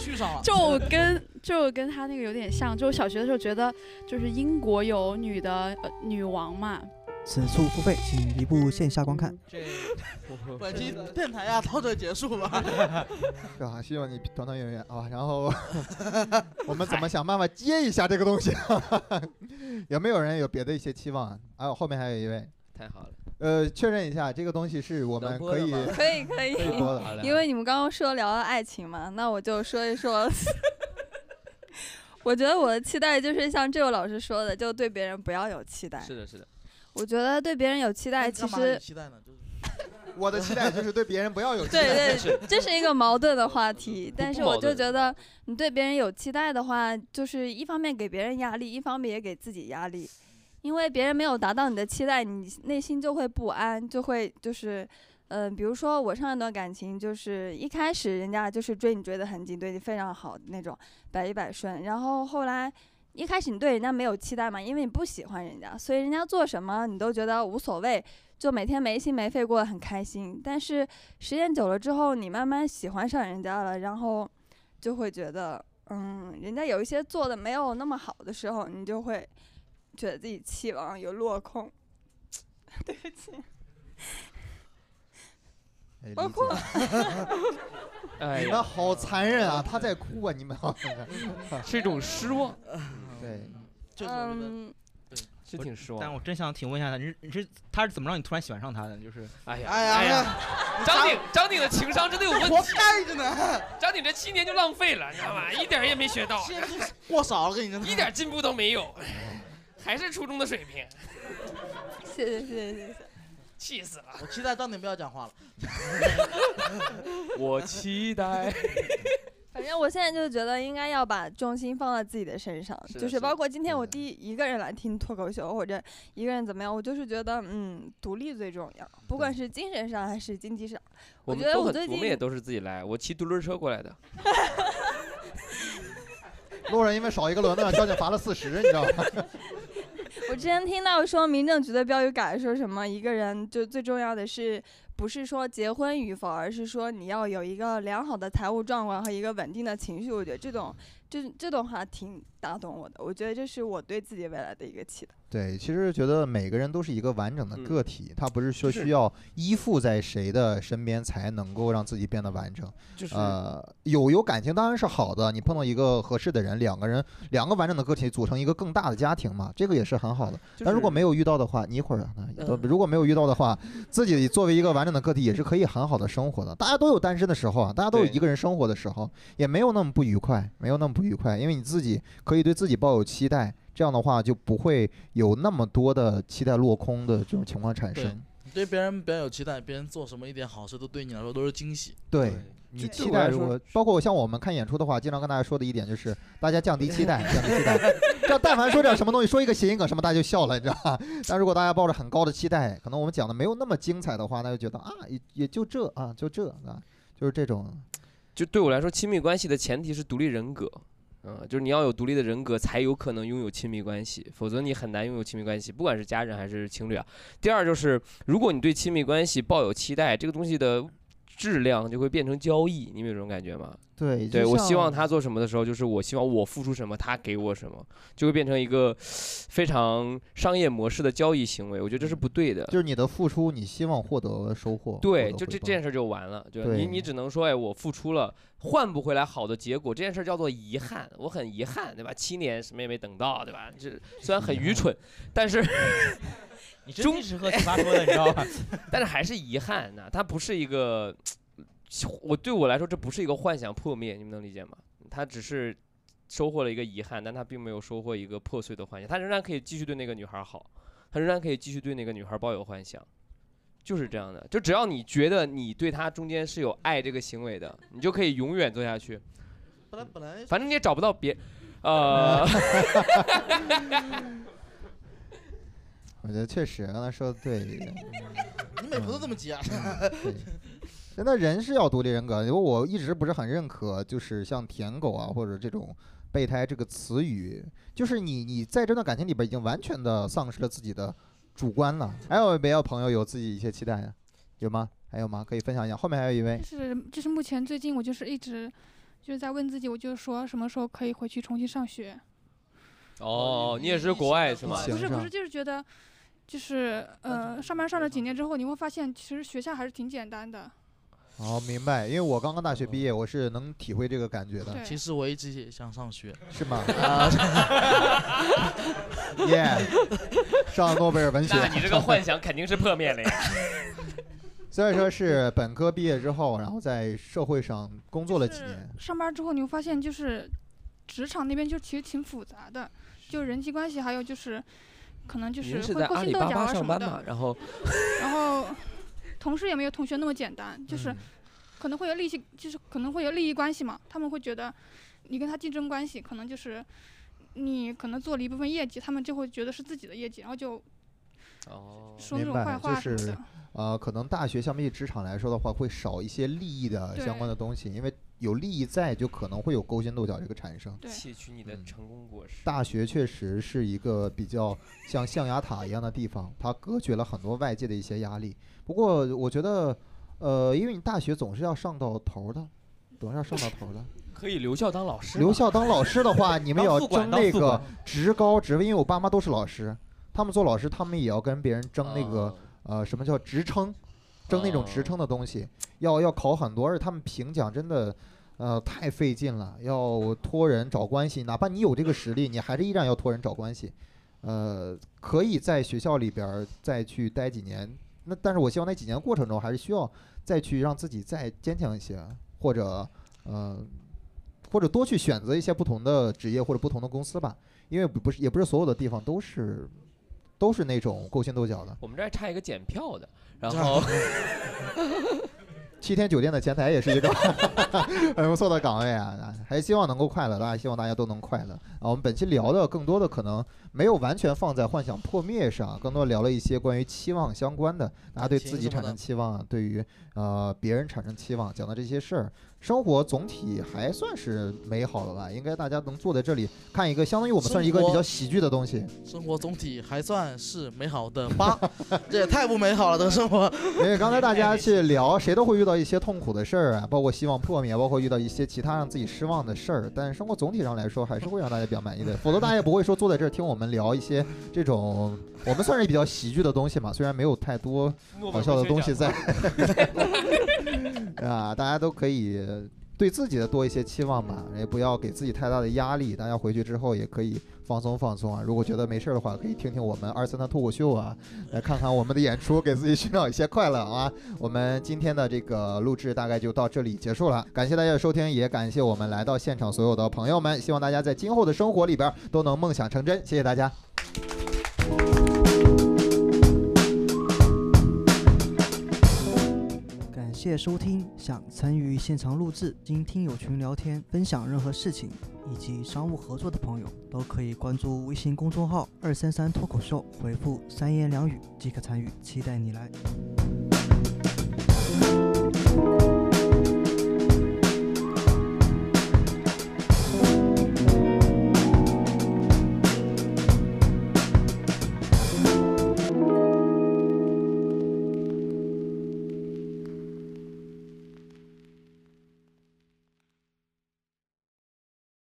S5: 去上了，
S12: 就跟就跟他那个有点像，就小学的时候觉得，就是英国有女的、呃、女王嘛，
S13: 此处付费，请移步线下观看。
S5: 本期电台呀到这结束吧。
S6: 对啊，希望你团团圆圆啊。
S1: [laughs]
S6: 然后我们怎么想办法接一下这个东西？ [laughs] 有没有人有别的一些期望啊？还有后面还有一位，
S1: 太好了。
S6: 呃，确认一下，这个东西是我们
S1: 能播
S6: 可
S1: 的
S6: 以
S1: 吗
S9: 可以可以
S6: 可以播的，
S9: 哎 [laughs] 因为你们刚刚说聊了爱情嘛，那我就说一说。 [laughs] 我觉得我的期待就是像这位老师说的，就对别人不要有期待。
S1: 是的，是的。
S9: 我觉得对别人有期待，其
S5: 干嘛有
S9: 实
S5: 期待呢？就是
S6: [laughs] 我的期待就是对别人不要有期待。
S9: 对对，这是一个矛盾的话题。但是
S6: 不
S9: 我
S6: 矛
S9: 就
S6: 盾
S9: 觉得，你对别人有期待的话，就是一方面给别人压力，一方面也给自己压力，因为别人没有达到你的期待，你内心就会不安，就会就是。嗯、比如说我上一段感情，就是一开始人家就是追你追得很紧，对你非常好那种，百依百顺。然后后来一开始你对人家没有期待嘛，因为你不喜欢人家，所以人家做什么你都觉得无所谓，就每天没心没肺过得很开心。但是时间久了之后，你慢慢喜欢上人家了，然后就会觉得，嗯，人家有一些做的没有那么好的时候，你就会觉得自己期望有落空。对不起，
S6: 哎理
S9: 包
S6: 解
S9: 括
S1: 哎
S6: 你
S1: 呀
S6: 们好残忍啊！他在哭啊，你们 [laughs]
S1: 是一种失望。
S6: 对，
S9: 嗯，
S1: 是挺失望
S3: 但我真想挺问一下他，你是你是他是怎么让你突然喜欢上他的？就是
S1: 哎呀
S5: 哎呀哎呀，
S1: 张鼎，张鼎的情商真的有问题，
S5: [laughs] 活该着呢。 [laughs]
S1: 张鼎这七年就浪费了，你知道吗？一点儿也没学到，
S5: [laughs] 过少了，跟你
S1: 一点进步都没有， [laughs] 还是初中的水平，
S9: 谢谢谢谢谢谢。
S1: 气死了。
S5: 我期待张鼎不要讲话了。
S1: 我期待。
S9: 反正我现在就觉得应该要把重心放在自己的身上，
S1: 是的
S9: 就是
S1: 的
S9: 包括今天我第一个人来听脱口秀或者一个人怎么样，我就是觉得嗯，独立最重要，不管是精神上还是经济上。我觉
S1: 们
S9: 得
S1: 都
S9: 我
S1: 很，
S9: 最
S1: 我
S9: 近
S1: 们也都是自己来，我骑独轮车过来的。
S6: 路人因为少一个轮子，交警罚了四十，你知道吗？ [laughs]
S9: 我之前听到说民政局的标语改说什么一个人就最重要的是不是说结婚与否，而是说你要有一个良好的财务状况和一个稳定的情绪。我觉得这种这这种话挺打动我的，我觉得这是我对自己未来的一个期待。
S6: 对，其实觉得每个人都是一个完整的
S9: 嗯
S6: 个体，他不是说
S9: 是
S6: 需要依附在谁的身边才能够让自己变得完整。
S1: 就是
S6: 呃，有有感情当然是好的，你碰到一个合适的人，两个人两个完整的个体组成一个更大的家庭嘛，这个也是很好的。
S1: 啊就
S6: 但如果
S1: 是
S6: 没有遇到的话，你一会儿啊
S1: 嗯
S6: 都如果没有遇到的话，自己作为一个完整的个体也是可以很好的生活的。大家都有单身的时候啊，大家都有
S1: 对
S6: 一个人生活的时候，也没有那么不愉快，没有那么不愉快，因为你自己可以对自己抱有期待，这样的话就不会有那么多的期待落空的这种情况产
S5: 对
S6: 生。，
S5: [laughs] 你对别人比较有期待，别人做什么一点好事都对你来说都是惊喜。
S6: 对你期待如果包括像我们看演出的话，经常跟大家说的一点就是，大家降低期待，降低期 [laughs] 待。这但凡说点什么东西，说一个谐音梗什么，大家就笑了，你知道吧？但如果大家抱着很高的期待，可能我们讲的没有那么精彩的话，那就觉得啊，也也就这啊，就这啊，就是这种。
S1: 就对我来说，亲密关系的前提是独立人格，嗯、就是你要有独立的人格，才有可能拥有亲密关系，否则你很难拥有亲密关系，不管是家人还是情侣啊。第二就是，如果你对亲密关系抱有期待，这个东西的质量就会变成交易，你们有这种感觉吗？
S6: 对
S1: 对
S6: 就
S1: 我希望
S6: 像
S1: 他做什么的时候，就是我希望我付出什么，他给我什么，就会变成一个非常商业模式的交易行为。我觉得这是不对的。
S6: 就是你的付出，你希望获得收获。获
S1: 对，
S6: 得
S1: 就这
S6: 回
S1: 这
S6: 报
S1: 件事就完了。就
S6: 对
S1: 你你只能说，哎，我付出了，换不回来好的结果，这件事叫做遗憾，我很遗憾，对吧？七年什么也没等到，对吧？这虽然很愚蠢，但是
S3: 你真
S1: 终
S3: 挺适合奇葩说的，你知道 [laughs] 吧？
S1: 但是还是遗憾呐、它不是一个，我对我来说这不是一个幻想破灭，你们能理解吗？它只是收获了一个遗憾，但他并没有收获一个破碎的幻想，他仍然可以继续对那个女孩好，他仍然可以继续对那个女孩抱有幻想。就是这样的，就只要你觉得你对他中间是有爱这个行为的，你就可以永远做下去。
S5: 本来本来
S1: 反正你也找不到别， [laughs] 呃，
S6: 我觉得确实刚才说的对。
S5: 你每回都这么急啊？
S6: 嗯对 [laughs] 真的人是要独立人格，因为我一直不是很认可，就是像舔狗啊或者这种备胎这个词语，就是你你在这段感情里边已经完全的丧失了自己的主观了。还有没有朋友有自己一些期待啊？有吗？还有吗？可以分享一下。后面还有一位
S14: 就，是就是目前最近我就是一直就是在问自己，我就说什么时候可以回去重新上学？
S1: 哦，你也是国外是吗？
S14: 不是不是，就是觉得就是呃，上班上了几年之后，你会发现其实学校还是挺简单的。
S6: 哦，明白，因为我刚刚大学毕业，我是能体会这个感觉的。
S5: 嗯其实我一直也想上 [laughs] 学，
S6: 是吗？
S5: 啊，
S6: 耶，上诺贝尔文学。
S1: 那你这个幻想肯定是破灭了呀。
S6: 虽然说是本科毕业之后，然后在社会上工作了几年，
S14: 上班之后，你会发现就是职场那边就其实挺复杂的，就人际关系，还有就是可能就是
S1: 您是
S14: 会
S1: 在
S14: 勾
S1: 阿
S14: 心
S1: 里
S14: 斗
S1: 巴
S14: 角
S1: 巴
S14: 啊什
S1: 上
S14: 么
S1: 班嘛
S14: 的，，
S1: 然后
S14: 然后同事也没有同学那么简
S6: 嗯
S14: 单，就是可能会有利益，就是可能会有利益关系嘛，他们会觉得你跟他竞争关系，可能就是你可能做了一部分业绩，他们就会觉得是自己的业绩，然后就
S1: 哦
S14: 说那种
S6: 明
S14: 坏，
S6: 白就
S14: 话什么
S6: 是
S14: 的。
S6: 呃，可能大学相比职场来说的话，会少一些利益的相关的东西，因为有利益在，就可能会有勾心斗角这个产生。
S1: 窃取你的成功果实。
S6: 嗯大学确实是一个比较像象牙塔一样的地方，它隔绝了很多外界的一些压力。不过我觉得，呃，因为你大学总是要上到头儿的，总是要上到头
S14: [laughs]
S6: 儿的。
S1: 可以留校当老师吗，
S6: 留校当老师的话，你们也要
S1: 当副管
S6: 争
S1: 当
S6: 那
S1: 副
S6: 个
S1: 管
S6: 职高职位，因为我爸妈都是老师，他们做老师，他们也要跟别人争那
S1: 啊
S6: 个呃什么叫职称，争那种职称的东西，要要考很多，而且他们评奖真的。呃，太费劲了，要托人找关系，哪怕你有这个实力，你还是依然要托人找关系。呃，可以在学校里边儿再去待几年，那但是我希望那几年过程中还是需要再去让自己再坚强一些，或者呃，或者多去选择一些不同的职业或者不同的公司吧，因为不不是也不是所有的地方都是都是那种勾心斗角的。
S1: 我们这儿还差一个检票的，
S6: [laughs]
S1: 然
S5: [laughs]
S1: 后
S6: 七天酒店的前台也是一个 [laughs] 很不错的岗位啊，还希望能够快乐，大家希望大家都能快乐啊。我们本期聊的更多的可能没有完全放在幻想破灭上，更多聊了一些关于期望相关的，大家对自己产生期望，啊，对于呃别人产生期望，讲到这些事儿，生活总体还算是美好的吧。应该大家能坐在这里看一个，相当于我们算是一个
S5: 生活
S6: 比较喜剧的东西。
S5: 生活总体还算是美好的吧，这也太不美好了，这个生活。
S6: 因为刚才大家去聊，谁都会遇到一些痛苦的事儿啊，包括希望破灭，包括遇到一些其他让自己失望的事儿。但是生活总体上来说，还是会让大家比较满意的，否则大家也不会说坐在这儿听我们聊一些这种我们算是比较喜剧的东西嘛，虽然没有太多好笑的东西在。 [laughs] 啊，大家都可以对自己的多一些期望吧，也不要给自己太大的压力。大家回去之后也可以放松放松啊。如果觉得没事儿的话，可以听听我们二三的脱口秀啊，来看看我们的演出，给自己寻找一些快乐啊。我们今天的这个录制大概就到这里结束了，感谢大家的收听，也感谢我们来到现场所有的朋友们。希望大家在今后的生活里边儿都能梦想成真，谢谢大家。
S13: 感谢收听。想参与现场录制、经听友群聊天、分享任何事情以及商务合作的朋友，都可以关注微信公众号“二三三脱口秀”，回复“三言两语”即可参与，期待你来。